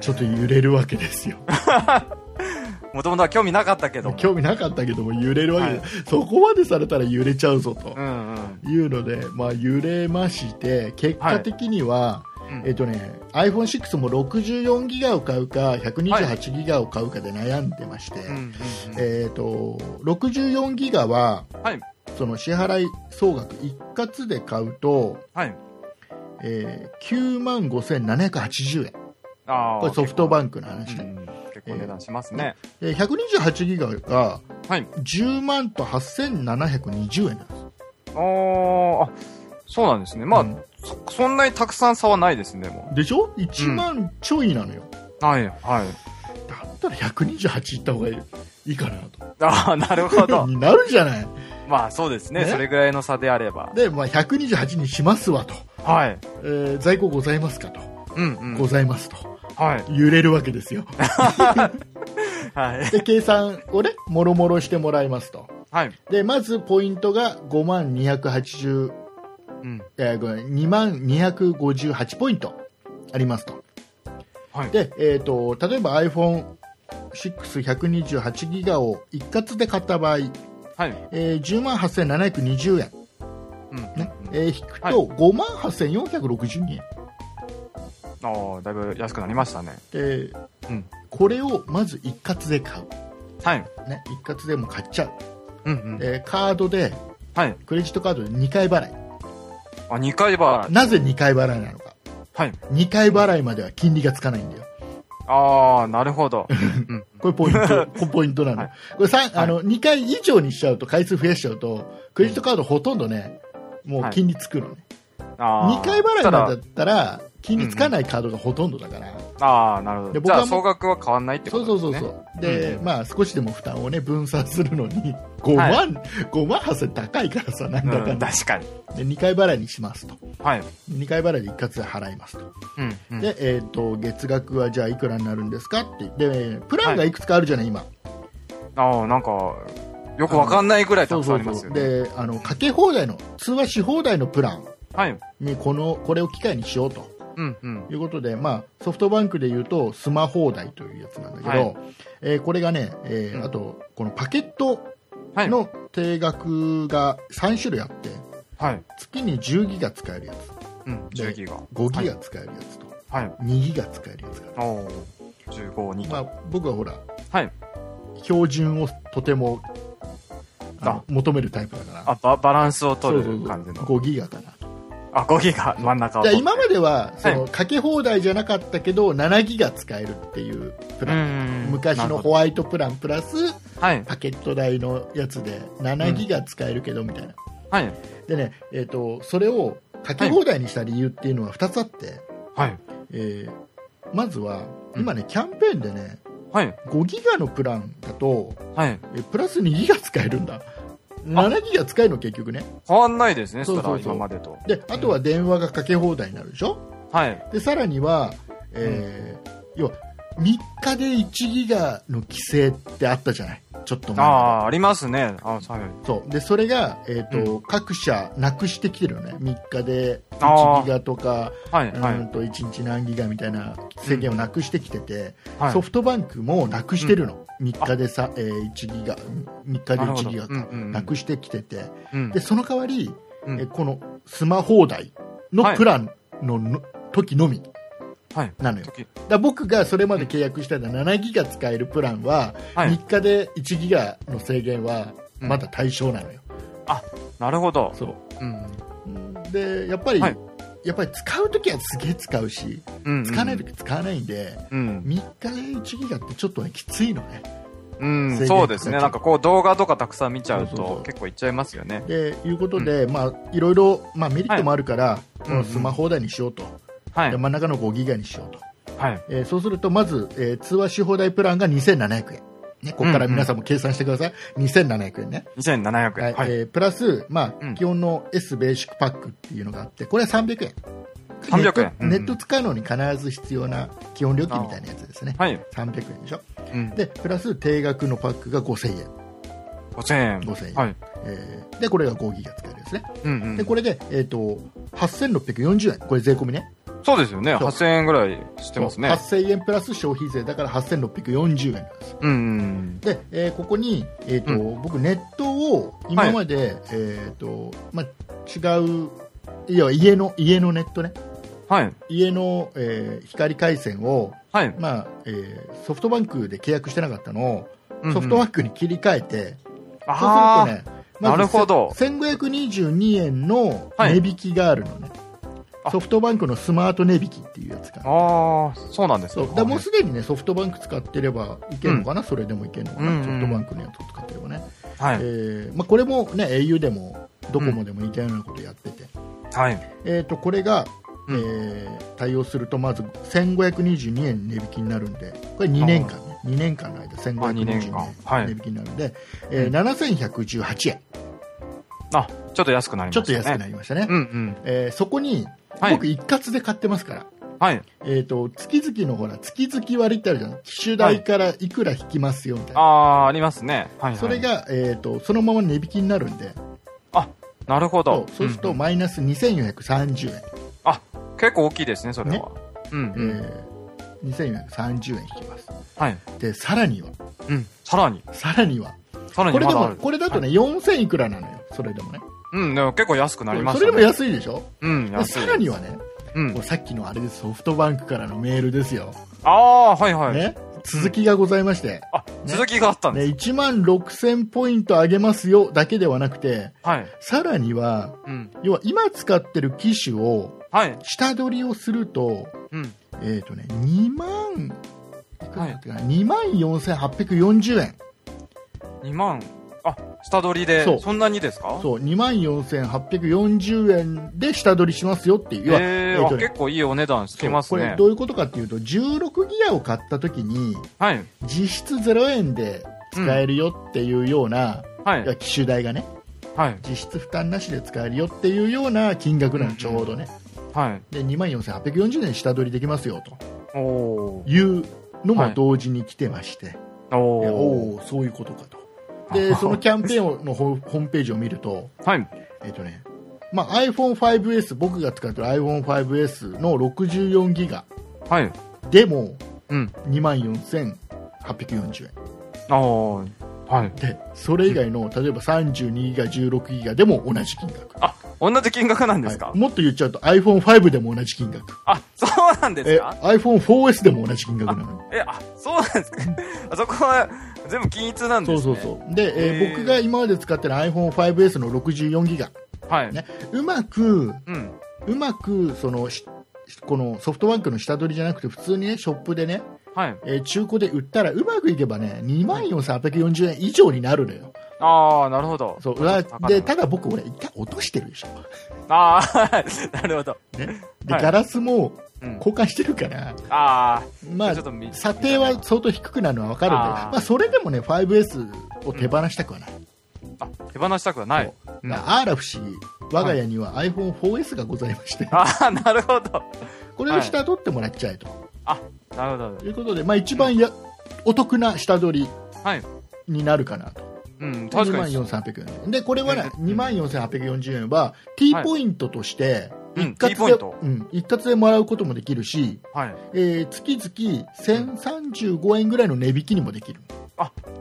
B: ちょっと揺れるわけです よ
C: もともとは興味なかったけども。
B: 興味なかったけども揺れるわけで、そこまでされたら揺れちゃうぞと
C: う、んうん。
B: いうので、まあ、揺れまして結果的には、
C: うん
B: えっとね、iPhone6 も64ギガを買うか128ギガを買うかで悩んでまして、
C: うんうんうん
B: えっと64ギガは
C: はい。
B: その支払い総額一括で買うと、
C: はい。
B: えー、9万5780円
C: ああ。
B: これソフトバ
C: ン
B: ンクの話ね、
C: 結構値段しますね。
B: で128ギガが
C: はい。
B: 10万と8720円なんです
C: ああ、あ、そうなんですね。まあ、
B: うん
C: そ、そんなにたくさん差はないですね、も
B: でしょ1万ちょいなのよ、
C: う。はい、はい。
B: だったら128いった方がいいいいかなと
C: ああ、なるほど。
B: になるじゃない
C: まあ、そうですね
B: ね
C: それぐらいの差であれば。
B: で、まあ、128にしますわと、
C: はい。
B: えー在庫ございますかと、
C: うんうん。
B: ございますと
C: はい。
B: 揺れるわけですよ
C: はい。
B: で計算をねもろもろしてもらいますと
C: はい。
B: でまずポイントが5万280
C: うん。
B: えー、ごめん2万258ポイントありますと。
C: はい
B: で、えー、と例えば iPhone6128 ギガを一括で買った場合、
C: はい。
B: えー、10万8720円、
C: うんうん
B: ね
C: うん。
B: えー引くと5万8462円、
C: ああ、だいぶ安くなりましたね。
B: で
C: うん
B: これをまず一括で買う、
C: はい。
B: ね、一括でも買っちゃう、
C: うんうん。
B: えーカードで
C: はい。
B: クレジットカードで2回払い
C: あ、2回払い。
B: なぜ2回払いなのか
C: はい。
B: 2回払いまでは金利がつかないんだよ
C: ああ、なる ほど。うん
B: これポ イント、これポイントなの。
C: はい
B: これ三
C: い
B: あの、2回以上にしちゃうと、回数増やしちゃうと、クレジットカードほとんどね、もう金利つくのね。
C: あ
B: 2
C: あ。
B: 回払いなんだ
C: そ
B: っ
C: した
B: ら、金利つかないカードがほとんどだから。
C: らああ、なるほ
B: で
C: ど。
B: 僕
C: じ
B: はも
C: ゃ
B: う
C: あ、総額は変わんないってこ
B: そう
C: と
B: そう
C: です
B: そう
C: ね。
B: そう。で、
C: う
B: まあ、少しでも負担をね、分散するのに、5万、
C: は
B: 5万8000高いからさ、なんだか
C: うんん、
B: だ。
C: 確かに。
B: で、2回払いにしますと。
C: はい。
B: 2回払いで一括で払いますと。
C: うんうん。
B: で、えっ、と、月額はじゃあいくらになるんですかって。で、プランがいくつかあるじゃない、今。
C: ああ、なんか、よくわかんないぐらいた
B: そう
C: くさ
B: そう
C: んあります
B: そ
C: よ
B: う。
C: ね。
B: で、あの、かけ放題の、通話し放題のプラン
C: はい。
B: に、この、これを機会にしようと
C: うんうん。
B: いうことで、まあ、ソフトバンクで言うと、スマ放題というやつなんだけど、
C: はい
B: えーこれがね、えー
C: うん
B: あと、このパケット
C: はい。
B: の定額が3種類あって、
C: はい。
B: 月に10ギガ使えるやつ、
C: うん、10ギガ。
B: 5ギガ使えるやつと、
C: はい。
B: 2ギガ使えるやつがある。
C: おお。15、2
B: ま
C: と。
B: あ、僕はほら、
C: はい。
B: 標準をとても、あの
C: あ
B: 求めるタイプだから、
C: あ、ババランスを取
B: そう
C: る
B: そう
C: 感じの。
B: そう5ギガかな。
C: あ、5ギガ、真ん中を
B: じゃあ
C: 取る。
B: 今まではその
C: は
B: かけ放題じゃなかったけど7ギガ使えるっていうプラン
C: うん
B: 昔のホワイトプランプラス
C: はい。
B: パケット代のやつで7ギガ使えるけどみたいな、
C: はい。
B: でね、えー、とそれをかけ放題にした理由っていうのは2つあって、
C: はい。
B: えーまずは今ねキャンペーンでね
C: はい。
B: 5ギガのプランだと
C: はい。
B: えプラス2ギガ使えるんだ7ギガ使えるの結局ね
C: 変わんないですね、そした
B: そ
C: ら
B: うそうそう
C: 今までと。
B: であとは電話がかけ放題になるでしょ、
C: はい。
B: でさらには、えー要は3日で1ギガの規制ってあったじゃないちょっと
C: あ
B: 前
C: あ、ありますね。あはい。
B: そうでそれが、えーと各社なくしてきてるよね3日で
C: あー
B: 1ギガとか
C: はい。は
B: う
C: い
B: ん。と1日何ギガみたいな制限をなくしてきてて、
C: はい
B: ソフトバンクもなくしてるの、3日でさ、えー1ギガ3日で1ギガ
C: なるほど
B: か
C: うんうんうん
B: なくしてきてて、
C: うん
B: でその代わり、
C: うん
B: えこのスマ放題のプランのの、時のみ
C: はい。
B: なのよ
C: 時
B: だから僕がそれまで契約してた7ギガ使えるプランは、
C: はい。
B: 3日で1ギガの制限はまだ対象なのよ、
C: なるほど。
B: そう
C: うん。
B: でやっぱり、
C: はい
B: やっぱり使うときはすげえ使うし
C: うん
B: 使わないとき使わないんで、
C: うん。
B: 3日1ギガってちょっとねきついのね
C: うん
B: 制限
C: そうですね。
B: かか
C: な
B: っ
C: ん
B: ちゃ
C: かこう動画とかたくさん見ちゃう
B: そうそうそ
C: と
B: う
C: 結構いっちゃいますよね。
B: でいうことで、まあ、いろいろ、まあ、メリットもあるから、このスマホ代にしようと、
C: はい
B: で。真ん中の5ギガにしようと、
C: はい。
B: えーそうするとまず、えー通話し放題プランが2700円、ね、ここから皆さんも計算してください、2700円ね、
C: 2700
B: はい
C: 円。はい。
B: えープラス、まあ
C: うん
B: 基本の S ベーシックパックっていうのがあってこれは300円ネット
C: 300円。うん
B: ネット使うのに必ず必要な基本料金みたいなやつですね、
C: はい。
B: 300円でしょ
C: うん。
B: でプラス定額のパックが5000円、
C: 5000円。
B: 5000円
C: はい。
B: えーでこれが5ギガ使えるんですね
C: うんうん
B: で。これで、えー、と8640円これ税込みね
C: そうですよね。
B: そう
C: 8000円ぐらいしてますね。
B: 8000円プラス消費税だから8640円なんです
C: うんうん。
B: で、えーここに、えーと
C: う
B: 僕、ネットを今まで、えーとまあ、違ういや家の家のネットね
C: はい。
B: 家の、えー光回線を、
C: はい。
B: まあえーソフトバンクで契約してなかったの
C: う
B: を
C: んうん
B: ソフトバンクに切り替えて、
C: あ
B: そうす
C: ー
B: るとねまず
C: なるほど
B: せ1522円の
C: は
B: 値
C: い
B: 引きがあるのね、
C: あ
B: ソフトバンクのスマート値引きっていうやつが
C: あー、そうなんです
B: そう
C: ね
B: だからもうすでに、ね、ソフトバンク使ってればいけるのかな、それでもいけるのかな、
C: うんうん
B: ソフトバンクのやつを使ってればね、
C: は
B: え
C: い。
B: ーまあ、これも、ね、au でもドコモでも似たようなことやってて、
C: はい。
B: えー、とこれが、
C: うん
B: えー対応するとまず1522円値引きになるんでこれ2年間ね2年間の間
C: あ二年間
B: 1522
C: は
B: 円
C: い
B: 値引きになるんで、えー7118円
C: あ、ちょっと安くなりまし
B: ちょ
C: た
B: っ
C: ね。
B: と安くなりましたね、
C: うんうん。
B: えーそこに
C: はい
B: 僕一括で買ってますから、
C: はい。
B: えー、と月々のほら月々割ってあるじゃん機種代からいくら引きますよみたいな、
C: あー、ありますね。はい、はい。
B: それ、が、えー、とそのまま値引きになるんで
C: なるほ
B: そ
C: ど。
B: うそうすると
C: んん
B: マイナス2430円、
C: 結構大きいですね、それ
B: ね
C: は。うんうん。
B: えー2430円引きます
C: はい。
B: でさらには
C: うん。さらに、
B: さらには
C: さら
B: こ
C: に
B: れ
C: ま
B: で
C: だあ
B: も
C: る。
B: これだとね、4000いくらなのよそれでもね
C: うん、でも結構安くなりまし
B: そ
C: た
B: れ
C: ね。
B: でも安いでしょ
C: うん、
B: で
C: 安い。
B: さらにはね、
C: うん
B: こう。さっきのあれですソフトバンクからのメールですよ、
C: あー、はいはい。
B: ね、続きがございまして、
C: あ、続きがあったん
B: ね、
C: です。
B: 1万6000ポイント上げますよだけではなくて
C: はい。
B: さらには
C: うん。
B: 要は今使ってる機種を
C: はい。
B: 下取りをすると
C: うん。
B: えっ、とね2万いくらだったかな、2万4840円
C: 2万。あ、下取りで、
B: そう
C: そんなにですか
B: そう2万4840円で下取りしますよっていう、要は
C: え
B: え
C: ー
B: ー
C: あ
B: とね
C: 結構いいお値段してます
B: そうこれ
C: ね
B: ど。ういうことかっていうと16ギガを買った時に
C: はい。
B: 実質0円で使えるよっていうような、
C: はい
B: や
C: い。
B: 機種代がね
C: はい。
B: 実質負担なしで使えるよっていうような金額なのちょうどね、
C: はい。
B: で2万4840円下取りできますよと
C: おー。
B: いうの
C: は
B: も
C: い
B: 同時に来てまして、
C: お
B: いや
C: ー。
B: おおそういうことかと でそのキャンペーンのホホームページを見ると
C: はい。
B: えっ、とねまあ、iPhone5S 僕が使ってる iPhone5S の64ギガ
C: はい。
B: でも
C: うん。
B: 2万4840円
C: あー。はい。
B: でそれ以外の例えば32ギガ16ギガでも同じ金額
C: あ、同じ金額なんですか
B: はいもっと言っちゃうと iPhone5 でも同じ金額
C: あ、そうなんです
B: え
C: か
B: iPhone4S でも同じ金額なのに
C: え、あ、そうなんですか。 あそこは全部均一なん
B: そ
C: で
B: う
C: す
B: そ
C: ね。
B: うそうで、えー
C: へー
B: 僕が今まで使ってる iPhone5S の64ギガ
C: はい。
B: ねうまく
C: うん。
B: うまくそのしこのソフトバンクの下取りじゃなくて普通にねショップでね、
C: はい。
B: えー中古で売ったらうまくいけばね2万4840円以上になるのよ
C: ああ、なるほど。
B: そう
C: わ
B: わでただ僕俺一回落としてるでしょ
C: ああ、 なるほど。
B: で、
C: はい
B: ガラスも
C: うん。
B: 交換してるから、
C: あ
B: ま
C: あ、
B: あ
C: ちょっ、と見
B: 査定は相当低くなるのは分かるんで、
C: あー
B: まあ、それでもね、5S を手放したくはない。
C: あ、手放したくはない。うん
B: あアーラ不思議、我が家には iPhone4S がございまして、
C: ああ、なるほど。
B: これを下取ってもらっちゃえと
C: なるほど。
B: いうことで、まあ、一番やお得な下取り
C: はい。
B: になるかなと。
C: うん、確かに。
B: 24,840円。で、これはね、
C: うん
B: 24,840円は T ポイントとして、
C: うん
B: 一括
C: T ポイント
B: で、うん、一括でもらうこともできるし、
C: はい。
B: えー月々1035円ぐらいの値引きにもできる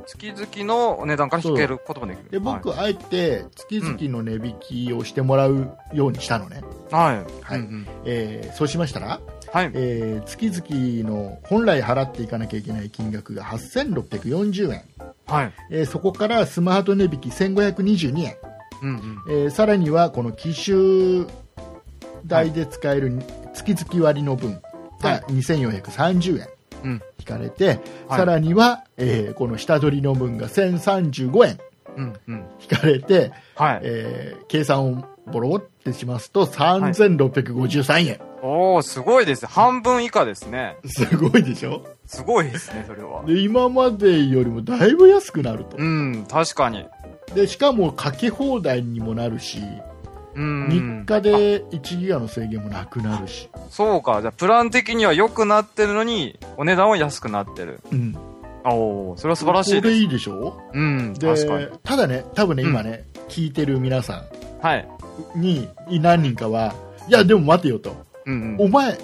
C: 月々のお値段から引けることもできる。
B: で僕はあえて月々の値引きをしてもらうようにしたのね、
C: はい。
B: は
C: はいい。うんうん
B: えーそうしましたら、
C: はい。
B: えー月々の本来払っていかなきゃいけない金額が8640円、
C: はい。
B: えーそこからスマート値引き1522円、
C: うんうん。
B: えーさらにはこの機種代で使える月々割の分が2430円
C: うん
B: 引かれて、
C: はい
B: さらには、えーこの下取りの分が1035円
C: うん、うん。
B: 引かれて、
C: はい。
B: えー計算をボロボロってしますと3653円、
C: おおすごいです。半分以下ですね。
B: すごいでしょ
C: すごいですね、そ れは。
B: で今までよりもだいぶ安くなると
C: うん、確かに。
B: でしかもかけ放題にもなるし
C: う
B: 3
C: ん。
B: 日で1ギガの制限もなくなるし、
C: そうか。じゃあ、プラン的には良くなってるのに、お値段は安くなってる。
B: うん、
C: あおーそれは素晴らしい
B: こ
C: で
B: れ
C: す。
B: いいでしょ
C: うん、
B: で
C: 確かに。
B: ただね多分ね
C: うん
B: 今ね、聞いてる皆さ
C: はい。
B: んに何人かはいやでも待てよと、
C: うん、う
B: お
C: ん。
B: 前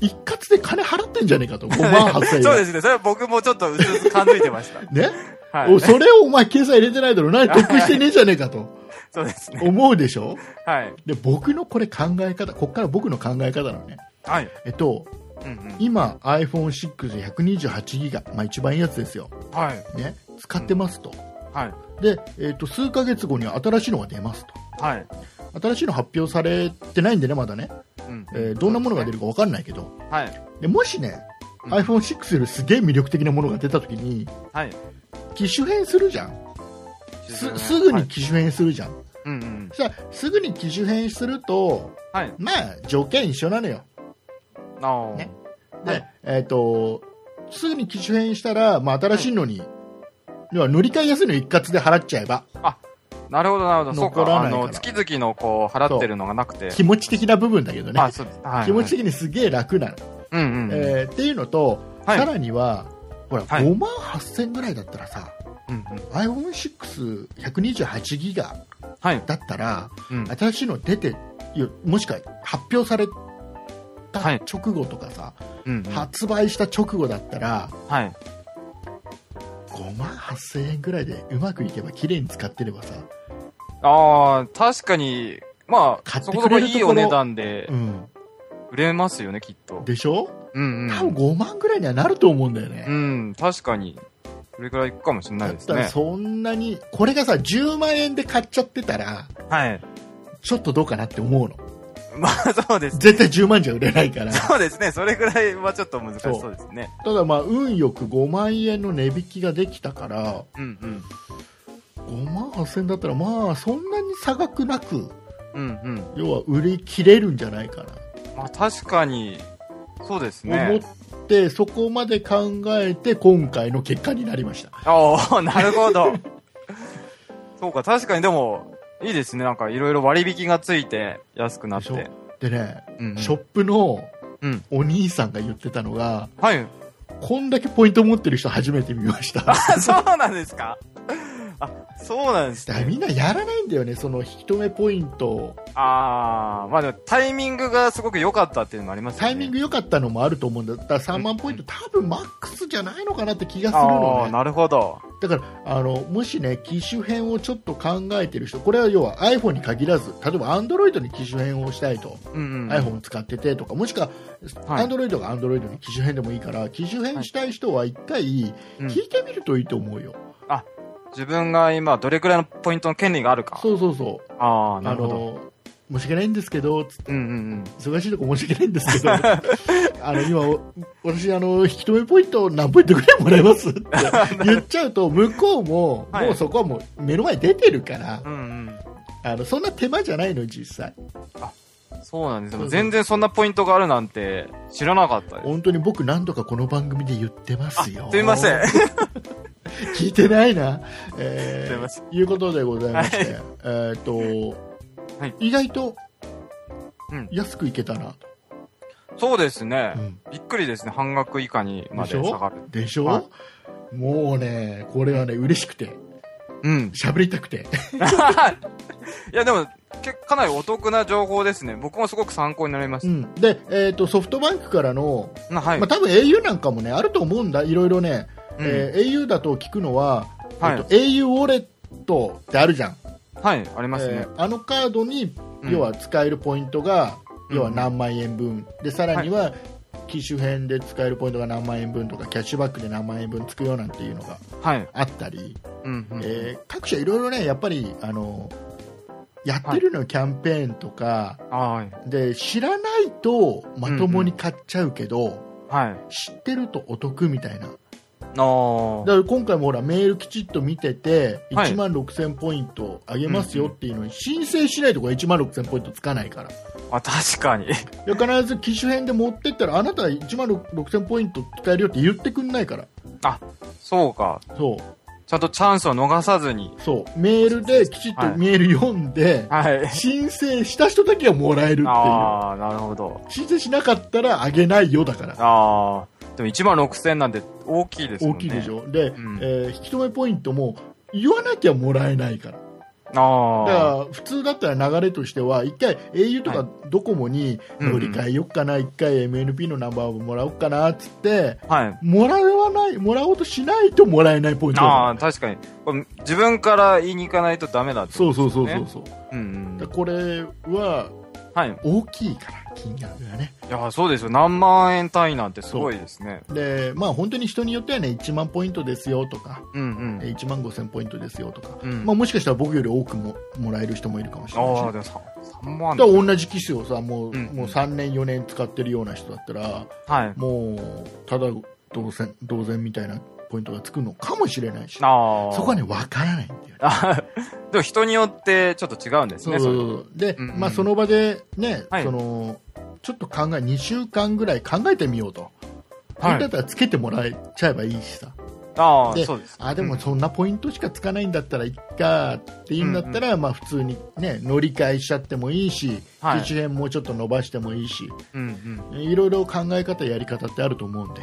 B: 一括で金払ってんじゃねえ かと5万8000円
C: そうですね。それは僕もちょっとうつうつ感づいてま した。
B: ね、
C: はい
B: お。それをお前計算入れてないだろ何得してねえじゃねえかと
C: そうですね。
B: 思うでしょ
C: はい。
B: で僕のこれ考え方こっから僕の考え方なのね
C: はい。
B: えっと
C: うん、うん。
B: 今 iPhone6128 ギガ、まあ、一番いいやつですよ、
C: はい。
B: ね、使ってますと、
C: はい。
B: で、えっと数ヶ月後には新しいのが出ます
C: はい。
B: と新しいの発表されてないんでねまだね、
C: うん
B: えーどんなものが出るか分かんないけど
C: はい。
B: でもしね
C: うん
B: iPhone6 よりすげえ魅力的なものが出た時に
C: はい。
B: 機種変するじゃんすすぐ
C: は
B: に
C: い
B: 機種変するじゃん、
C: うん、うん。
B: そしたらすぐに機種変すると
C: はい。
B: まあ条件一緒なのよ
C: あー
B: ねで、えっ、と、すぐに機種変したら、まあ、新しいのに、要は乗り換えやすいの一括で払っちゃえば、
C: なるほど、なるほど。そう
B: 残ら
C: か。
B: な
C: あ
B: いから
C: の、月々のこう、払ってるのがなくて。
B: 気持ち的な部分だけどね
C: あ、、そうです。はい。
B: 気持ち的にすげえ楽なの、
C: うんうん。
B: えーっていうのと、
C: はい
B: さらには、ほら、
C: はい
B: 5万8000ぐらいだったらさ、
C: うんうん
B: iPhone628 ギガ
C: はい。
B: だったら、
C: うん。
B: 新しいの出て、いやもしくは発表された
C: はい
B: 直後とかさ、
C: うんうん。
B: 発売した直後だったら、
C: はい。
B: 5万8000円ぐらいでうまくいけば綺麗に使ってればさ、
C: ああ、確かに、まあ、
B: 買っ
C: そ
B: て
C: こ
B: く
C: そこ
B: れるところ
C: いいお値段で
B: うん、
C: 売れますよね、きっと。
B: でしょ、
C: うんうん。
B: 多分5万ぐらいにはなると思うんだよね、
C: うん、確かに。それくらいいくかもしれな
B: だっ
C: いです
B: たら
C: ね。
B: そんなにこれがさ10万円で買っちゃってたら
C: はい。
B: ちょっとどうかなって思うの
C: まあ、そうです。
B: 絶対10万じゃ売れない から
C: そうですね。それぐらいはちょっと難しそうですね。
B: ただまあ運よく5万円の値引きができたから
C: うんうん。
B: 5万8000円だったらまあそんなに差額なく
C: うんうん。
B: 要は売り切れるんじゃないかな
C: まあ、確かに、そうです
B: 思
C: ね。
B: ってそこまで考えて今回の結果になりました
C: ああ、なるほど。そうか、確かにでも、いいですね。なんか、いろいろ割引がついて、安くなっ
B: でしょ
C: て。
B: でね、
C: うんうん
B: ショップの
C: うん
B: お兄さんが言ってたのが、
C: はい。
B: こんだけポイント持ってる人初めて見ました。
C: あ、そうなんですかあ、そうなんです
B: だから
C: ね。
B: みんなやらないんだよね、その引き止めポイントを
C: ああ、まあでもタイミングがすごく良かったっていうのもありますよね。
B: タイミング良かったのもあると思うんだ。だから3万ポイント、多分マックスじゃないのかなって気がする
C: あ
B: の
C: あ、
B: ね。
C: なるほど。
B: だから、あの、もしね、機種変をちょっと考えてる人、これは要は iPhone に限らず、例えば Android に機種変をしたいと、
C: うんうん。
B: iPhone 使っててとか、もしくは、
C: はい
B: Android が Android に機種変でもいいから、機種変したい人は一回、
C: うん
B: 聞いてみるといいと思うよ。
C: 自分が今どれくらいのポイントの権利があるか。
B: そうそうそう。
C: ああ、な
B: あ
C: るほど。
B: の申し訳ないんですけどつって
C: うんうん
B: 忙しいとこ申し訳ないんですけど あの今お私あの引き止めポイント何ポイントぐらいもらえますって言っちゃうと向こうも、
C: はい
B: もうそこはもう目の前に出てるから
C: うん。うん
B: あのそんな手間じゃないの実際
C: うん。そうなんです
B: そうそ
C: よ。
B: う
C: 全然そんなポイントがあるなんて知らなかったです。
B: 本当に僕何度かこの番組で言ってますよ
C: すいま せん。
B: 聞いてないな、えー
C: すいませ
B: いうことでございまして、
C: は
B: えーっと、
C: はい
B: 意外と
C: うん
B: 安くいけたなと、
C: そうですね
B: う。ん
C: びっくりですね。半額以下にま
B: でし
C: で下が
B: ょ
C: る。
B: でしょ、
C: は
B: もうね、これはね、嬉しくて、
C: うん。
B: 喋りたくて、
C: いや、でも、けかなりお得な情報ですね。僕もすごく参考になりまし
B: うんで、えーと、ソフトバンクからの、
C: た。なはい
B: まあ、。多分 au なんかもね、あると思うんだ、いろいろね、
C: うん
B: えー au だと聞くのは、
C: はい
B: えーと au ウォレットってあるじゃん、
C: はい、あります
B: え
C: ね。
B: ーあのカードに、
C: うん
B: 要は使えるポイントが、
C: うん
B: 要は何万円分、でさらには、機種編で使えるポイントが何万円分とかキャッシュバックで何万円分つくよなんていうのが
C: はい。
B: あったり、
C: うんうん。
B: えー各社いろいろねやっぱりあのやってるのよ、キャンペーンとか
C: はい。
B: で知らないとまともに買っちゃうけど、
C: はい。
B: 知ってるとお得みたいなだ
C: あ
B: から今回もほらメールきちっと見てて
C: はい
B: 1万6000ポイントあげますよっていうのに申請しないとこれ1万6000ポイントつかないから
C: あ。あ、確かに。
B: い や必ず機種編で持ってったらあなたは1万6000ポイント使えるよって言ってくんないから
C: そうか。
B: そう
C: ちゃんとチャンスを逃さずに。
B: そうメールできちっ
C: は
B: と
C: い
B: メール読んで、
C: はい。
B: 申請した人だけはもらえるっていう
C: ああ、なるほど。
B: 申請しなかったらあげないよだから
C: ああ。でも1万6000なんて大きいですもん
B: 大
C: ね。
B: きいでしょで、
C: うん
B: えー引き止めポイントも言わなきゃもらえないからだか
C: あ
B: ら普通だったら流れとしては一回 au と
C: は
B: かドコモに
C: うんうん
B: 乗り換えよっかな一回 MNP のナンバーをもらおうかなっつって
C: あ。はい。
B: もらわないもらおうとしないともらえないポイント
C: ああ、確かに。これ自分から言いに行かないとダメだって。
B: そうそうそうそうそう、
C: うんう
B: だ
C: ん。
B: これは
C: はい。い
B: 大きいから金額がね
C: や、そうですよ。何万円単位なんてすごいですね。
B: でまあ本当に人によってはね1万ポイントですよとか
C: うんうん。
B: 1万5000ポイントですよとか、
C: うん
B: まあ、もしかしたら僕より多くももらえる人もいるかもしれないし
C: ああ、でも 3, 万
B: だから同じ機種をさもう,、
C: うん
B: もう3年4年使ってるような人だったら
C: はい。
B: もうただ同然同然みたいなポイントがつくのかもしれないしそ
C: ああ。
B: こはね分からないんだよね
C: あでも人によってちょっと違うんです
B: そ
C: ね、
B: う
C: そ
B: そう
C: れ
B: そうそうで、
C: うんうん
B: まあ、その場でね、
C: はい
B: そのちょっと考え2週間ぐらい考えてみようと、
C: は
B: あ
C: い
B: れだったらつけてもらえちゃえばいいしさ
C: ああ、
B: で
C: そうです。
B: あでもそんなポイントしかつかないんだったらいっかっていうんだったら、まあ、普通に、ね、乗り換えしちゃってもいいし、
C: はい
B: 機種編もうちょっと伸ばしてもいいし
C: うんうん。
B: いろいろ考え方やり方ってあると思うんで、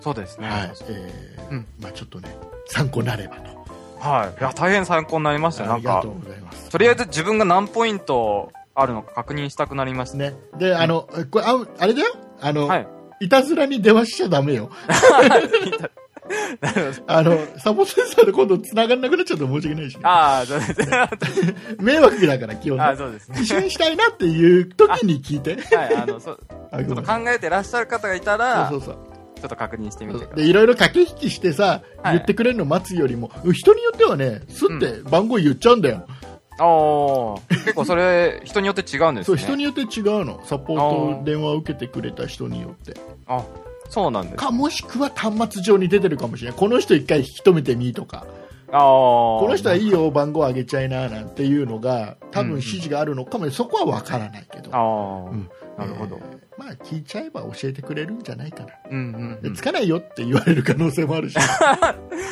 C: そうですね。は
B: はい
C: い。
B: えー
C: うん
B: まあ、ちょっとね参考になればと
C: い、や、大変参考になりましたよ。
B: あ
C: なん
B: りが
C: か
B: と、うございます。
C: とりあえず自分が何ポイントあるのか確認したくなりました。
B: ね、であのこれああれだよあの、
C: はい い。
B: たずらに電話しちゃダメよ。
C: なるほど。
B: あの、サポセンサーで今度繋がんなくなっちゃって申し訳ないし、ね、
C: ああ、そうですね。
B: 迷惑だから、基本
C: ああ、
B: ね。
C: そうですね。
B: 一緒にしたいなっていう時に聞い て。
C: はい、あの、そう、ち
B: あご
C: ょっ
B: め
C: と
B: ん
C: 考えてらっしゃる方がいたら、
B: そうそう
C: ちょっと確認してみてく
B: そ
C: だ
B: う。
C: さい。
B: で、いろいろ駆け引きしてさ、
C: は
B: 言
C: い
B: ってくれるの待つよりも、人によってはね、すって番号言っちゃうんだよ。
C: ああ、結構それ、人によって違うんです
B: そう、
C: ね。
B: 人によって違うの。サポート電話を受けてくれた人によって。
C: あ、そうなんです。あ
B: か、もしくは端末上に出てるかもしれない。この人一回引き止めてみとか。
C: あ。こ
B: この人はいいよ、番号あげちゃいな、なんていうのが、多分指示があるのかも、そこはわからないけど。
C: ああ、
B: うん
C: なるほど。
B: えーまあ、聞いちゃえば教えてくれるんじゃないかな。
C: うんうんう
B: で
C: ん
B: つ。かないよって言われる可能性もあ るし、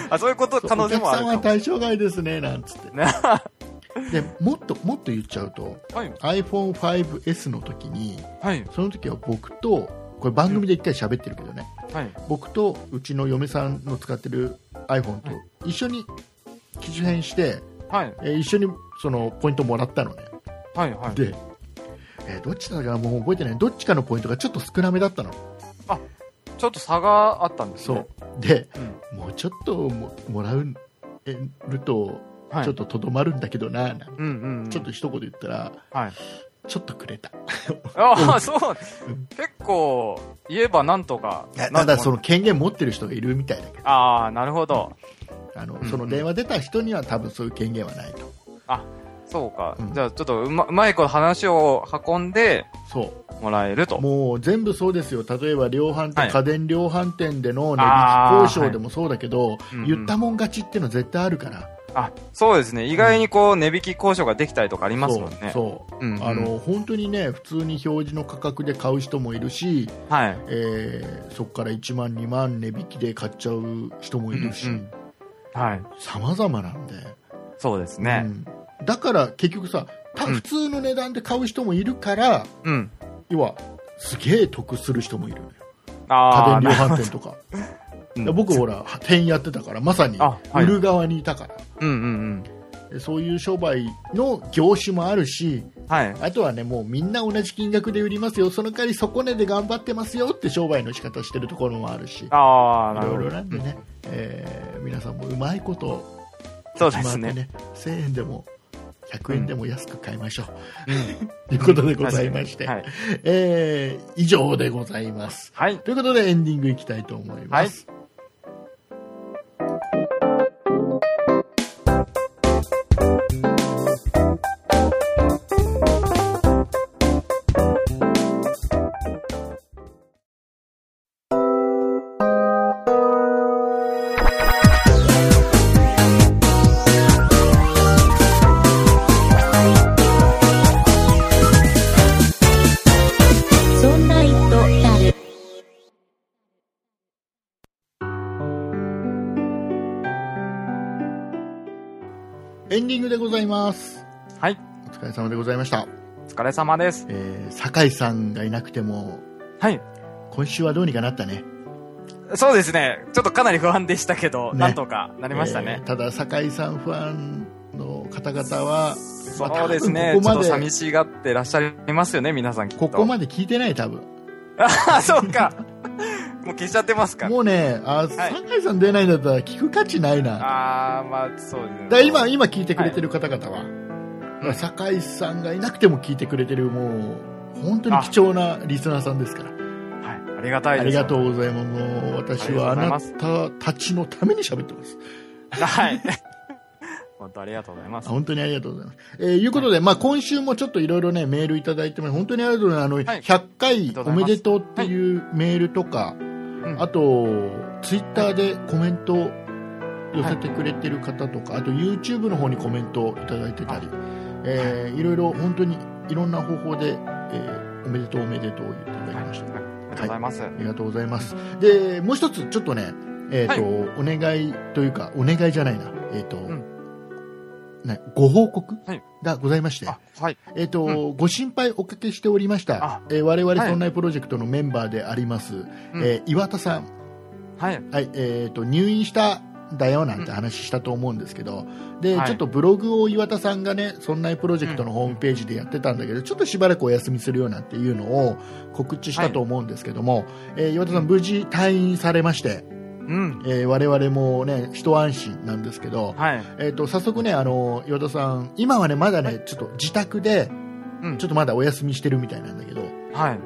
C: あ、そういうこと、可能性もあ
B: お客さ
C: るか
B: んは
C: も。
B: 対象外ですね、なんつ って。
C: ね
B: で、もっと、もっと言っちゃうと、
C: はい。
B: iPhone5S の時に、
C: はい。
B: その時は僕と、これ番組で一回喋ってるけどね、
C: はい。
B: 僕とうちの嫁さんの使ってる iPhone と一緒に機種変して、
C: はい。
B: えー一緒にそのポイントもらったのね。
C: はい。はい。
B: で、えーどっちだかもう覚えてない、どっちかのポイントがちょっと少なめだったの。
C: ちょっと差があったんです
B: そ
C: ね
B: う。で、もうちょっとももらうえると
C: うん。はい。
B: ちょっととどまるんだけどな,なんて、
C: うんうんうん。
B: ちょっと一言言ったら
C: はい。
B: ちょっとくれた
C: ああ、 そう。結構、言えばなんとか。
B: なんだそ
C: の。
B: の権限持ってる人がいるみたいだけど
C: ああ、なるほど。
B: あの、
C: うん
B: その電話出た人には多分そういう権限はないと
C: そうか
B: うん。
C: じゃあ、ちょっとうま、うまいこと話を運んで
B: そ
C: もらえると
B: う。もう全部そうですよ例えば量販店、
C: はい
B: 家電量販店での値
C: あー
B: 引き交渉でもそうだけど、
C: うんうん
B: 言ったもん勝ちっていうの絶対あるから、
C: あ、そうですね。意外にこう、値引き交渉ができたりとかあります
B: そ
C: も
B: うん
C: ね。
B: そう、
C: うんうん
B: あの本当にね普通に表示の価格で買う人もいるし、
C: はい。
B: えーそこから1万、2万値引きで買っちゃう人もいるし
C: うんうんはい。
B: さまざまなんで、
C: そうです
B: う
C: ね。
B: んだから結局さた
C: うん
B: 普通の値段で買う人もいるから、
C: うん。
B: 要はすげえ得する人もいるのよ
C: あ
B: 家
C: あ、
B: 電量販店とか
C: うん
B: いや僕、ほら店員やってたからまさに
C: あは
B: 売
C: い
B: る側にいたから、
C: うんうん
B: でそういう商売の業種もあるし
C: うん。はい。
B: あとはねもうみんな同じ金額で売りますよその代わり底値で頑張ってますよって商売の仕方してるところもあるし
C: ああ、
B: い
C: なる
B: ろ
C: ほ
B: い
C: ど
B: ろ。なんでね、えー皆さんもうまいこと
C: そうで
B: 決まっ
C: す
B: て
C: ね。
B: ね1000円でも100円でも安く買いましょう、
C: うん
B: ということでございまして、
C: 確かにはい。
B: えー以上でございます
C: はい。
B: ということでエンディングいきたいと思います、エンディングでございます。
C: はい。
B: お疲れ様でございました。
C: お疲れ様です。
B: えー、酒井さんがいなくても、
C: はい。
B: 今週はどうにかなったね。
C: そうですね。ちょっとかなり不安でしたけど、
B: ね
C: なんとかなりましたね
B: え。ーただ、酒井さんファンの方々は、
C: そうです
B: まあ
C: ね。
B: 多分こ
C: ちょっ
B: こま
C: と
B: で
C: 寂しがってらっしゃいますよね、皆さんきっと。
B: ここまで聞いてない、多分。
C: あ、そうか。もう消しちゃってますか。
B: もうね、あ、酒井さん出ないんだったら聞く価値ないな。
C: あー、まあ、そうですね。
B: だから今、今聞いてくれてる方々は、酒井さんがいなくても聞いてくれてる、もう、本当に貴重なリスナーさんですから。
C: はい。ありがたい
B: あ
C: で
B: り
C: す。
B: がとうございます。もう、私は
C: あ
B: あ
C: りが
B: な
C: と
B: たたちのために喋ってます。
C: はい。 本当ありがとうございます。
B: 本当にありがとうございます。えーいうことで、まあ、今週もちょっといろいろね、メールいただいてます。本当にありがとうございます。あの、
C: はい
B: 100
C: りがと
B: 回
C: うご
B: お
C: ざい
B: め
C: ます
B: でとうっていうメールとか、
C: うん
B: あと、ツイッターでコメントを寄せてくれてる方とか、あと YouTube の方にコメントをいただいてたり、えーいろいろ本当にいろんな方法で、えーおめでとうおめでとう言っていただきました。
C: はいありがとうございます。
B: ありがとうございます。で、もう一つ、ちょっとね、えっ、と、お願いというか、お願いじゃないな、えっ、と、
C: ん
B: ね、ご報告
C: はい
B: がございまして、
C: あ、はい。
B: えっ、と、
C: う
B: ご心配おかけしておりました
C: あ、
B: えー我々
C: はい
B: そんなプロジェクトのメンバーであります、えー岩田さん、
C: はい。
B: はい、えっ、と、入院した、だよなんて話したと思うんですけど、で、
C: はい
B: ちょっとブログを岩田さんがね、そんなプロジェクトのホームページでやってたんだけど、ちょっとしばらくお休みするようなんていうのを告知したと思うんですけども、えー岩田さん無事退院されまして、
C: うん。
B: えー我々もね、一安心なんですけど、
C: はい。
B: えっ、と、早速ね、あの、岩田さん、今はね、まだね、ちょっと自宅で、
C: うん
B: ちょっとまだお休みしてるみたいなんだけど、
C: はい。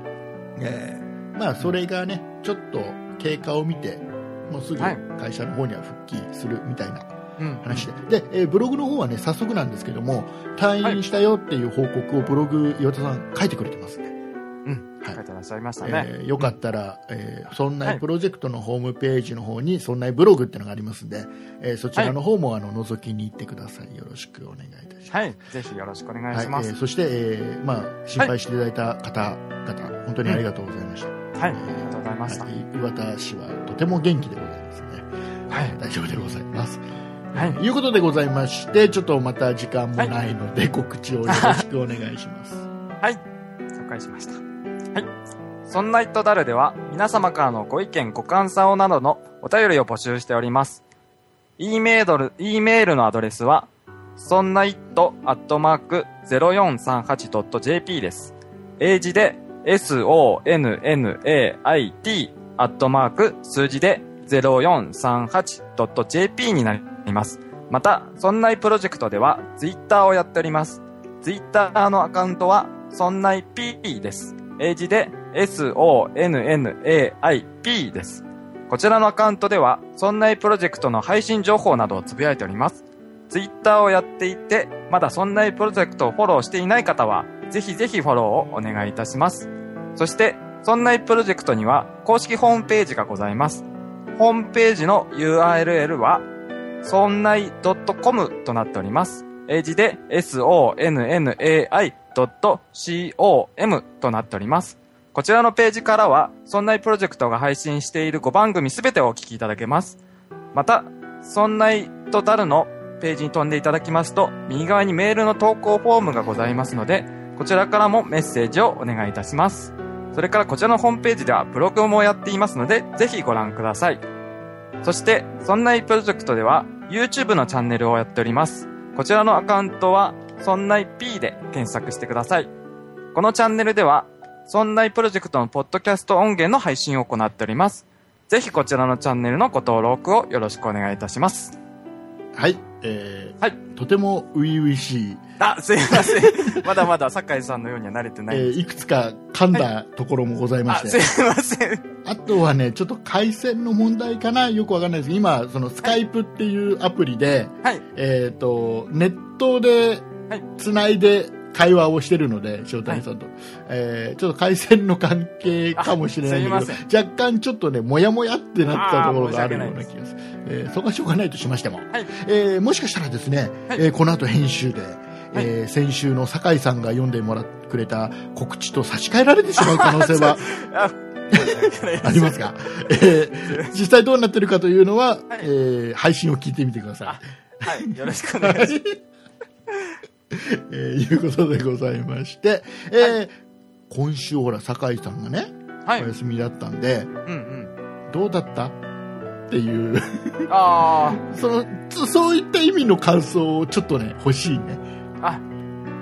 B: えーまあそれがねちょっと経過を見てもうすぐ
C: はい
B: 会社の方には復帰するみたいな
C: うん。
B: 話で、で、えーブログの方はね早速なんですけども退院したよっていう報告をブログ岩田さん書いてくれてますね、
C: うん。
B: はい
C: 書いてらっしゃいました
B: え
C: ね。
B: ーよかったら、えーそん
C: は
B: ないプロジェクトのホームページの方に、そんなブログっていうのがありますんで、えーそちらの方も、あの、覗きに行ってください。よろしくお願いいたします。
C: はい。ぜひよろしくお願い
B: はい
C: しま
B: え
C: す
B: ー。そして、えーまあ、心配していただいた方々、本当にありがとうございました。
C: はい。ありがとうございました。
B: は
C: はい。
B: い、岩田氏はとても元気でございますね。大丈夫でございます。
C: はい。
B: ということでございまして、ちょっとまた時間もないので、告知をよろしくお願いし ます。
C: はい。紹介しました。はい。そんな糸だるでは、皆様からのご意見、ご感想などのお便りを募集しております。e メール、e メールのアドレスは、そんな it アットマーク 0438.jp です。英字で、sonnait アットマーク数字で 0438.jp になります。また、そんないプロジェクトでは、ツイッターをやっております。ツイッターのアカウントは、そんない P です。英字で、SONNAIP です。こちらのアカウントでは、そんないプロジェクトの配信情報などをつぶやいております。ツイッターをやっていて、まだそんないプロジェクトをフォローしていない方は、ぜひぜひフォローをお願いいたします。そして、そんないプロジェクトには、公式ホームページがございます。ホームページの URL は、そんない .com となっております。英字で sonnai.com となっております。こちらのページからは、そんないプロジェクトが配信している5番組すべてをお聞きいただけます。また、そんないとダルのページに飛んでいただきますと、右側にメールの投稿フォームがございますので、こちらからもメッセージをお願いいたします。それからこちらのホームページではブログもやっていますので、ぜひご覧ください。そして、そんないプロジェクトでは、YouTube のチャンネルをやっております。こちらのアカウントは、そんない P で検索してください。このチャンネルでは、そんないプロジェクトのポッドキャスト音源の配信を行っております。ぜひこちらのチャンネルのご登録をよろしくお願いいたします。
B: はい。えー
C: はい
B: とても初々しい、
C: あ、すいません。 まだまだ酒井さんのようには慣れて
B: え
C: ないん
B: ー
C: です。
B: いくつか噛んだところもございま
C: あ、
B: して、
C: すいません。
B: あとはね、ちょっと回線の問題かなよくわかんないです。今、そのスカイプっていうアプリで、
C: はい。
B: えっ、と、ネットで
C: はい、
B: つないで会話をしてるので、塩谷さんと。えーちょっと回線の関係かもしれないんだ
C: あすいま
B: けど、若干ちょっとね、もやもやってなったところがある
C: あー
B: ような気がする。えーそこはしょうがないとしましても。
C: はい
B: えーもしかしたらですね、
C: はい
B: えーこの後編集で、えー先週の酒井さんが読んでもらってくれた告知と差し替えられてしまう可能性 は
C: あ、申し訳ないです
B: ありますが、えー実際どうなってるかというのは、
C: はい
B: えー配信を聞いてみてください。
C: はい。よろしくお願いします。
B: えーいうことでございまして、えー今週ほら、酒井さんがね、
C: はい。
B: お
C: うん
B: 休みだったんで、
C: うん。
B: どうだったっていう、
C: あ
B: その、つそういった意味の感想をちょっとね、欲しいね。
C: あ、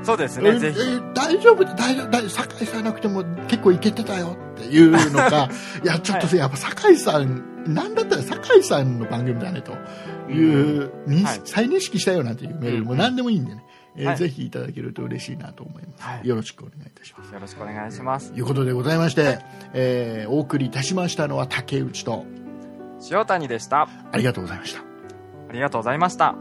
C: そうです
B: え
C: ね、ぜひ。
B: ー大丈夫、大丈夫、大丈夫、酒井さんなくても結構いけてたよっていうの が、いや、ちょっとさ、やっぱ酒井さん、なんだったら酒井さんの番組だねという、認識
C: はい
B: 再認識したよなんていうメールも
C: うん
B: 何でもいいんでね、えー
C: はい
B: ぜひいただけると嬉しいなと思います。
C: はい
B: よろしくお願いいたします。
C: よろしくお願いします
B: と。いうことでございまして、えーお送りいたしましたのは竹内と、
C: 塩谷でした。
B: ありがとうございました。
C: ありがとうございました。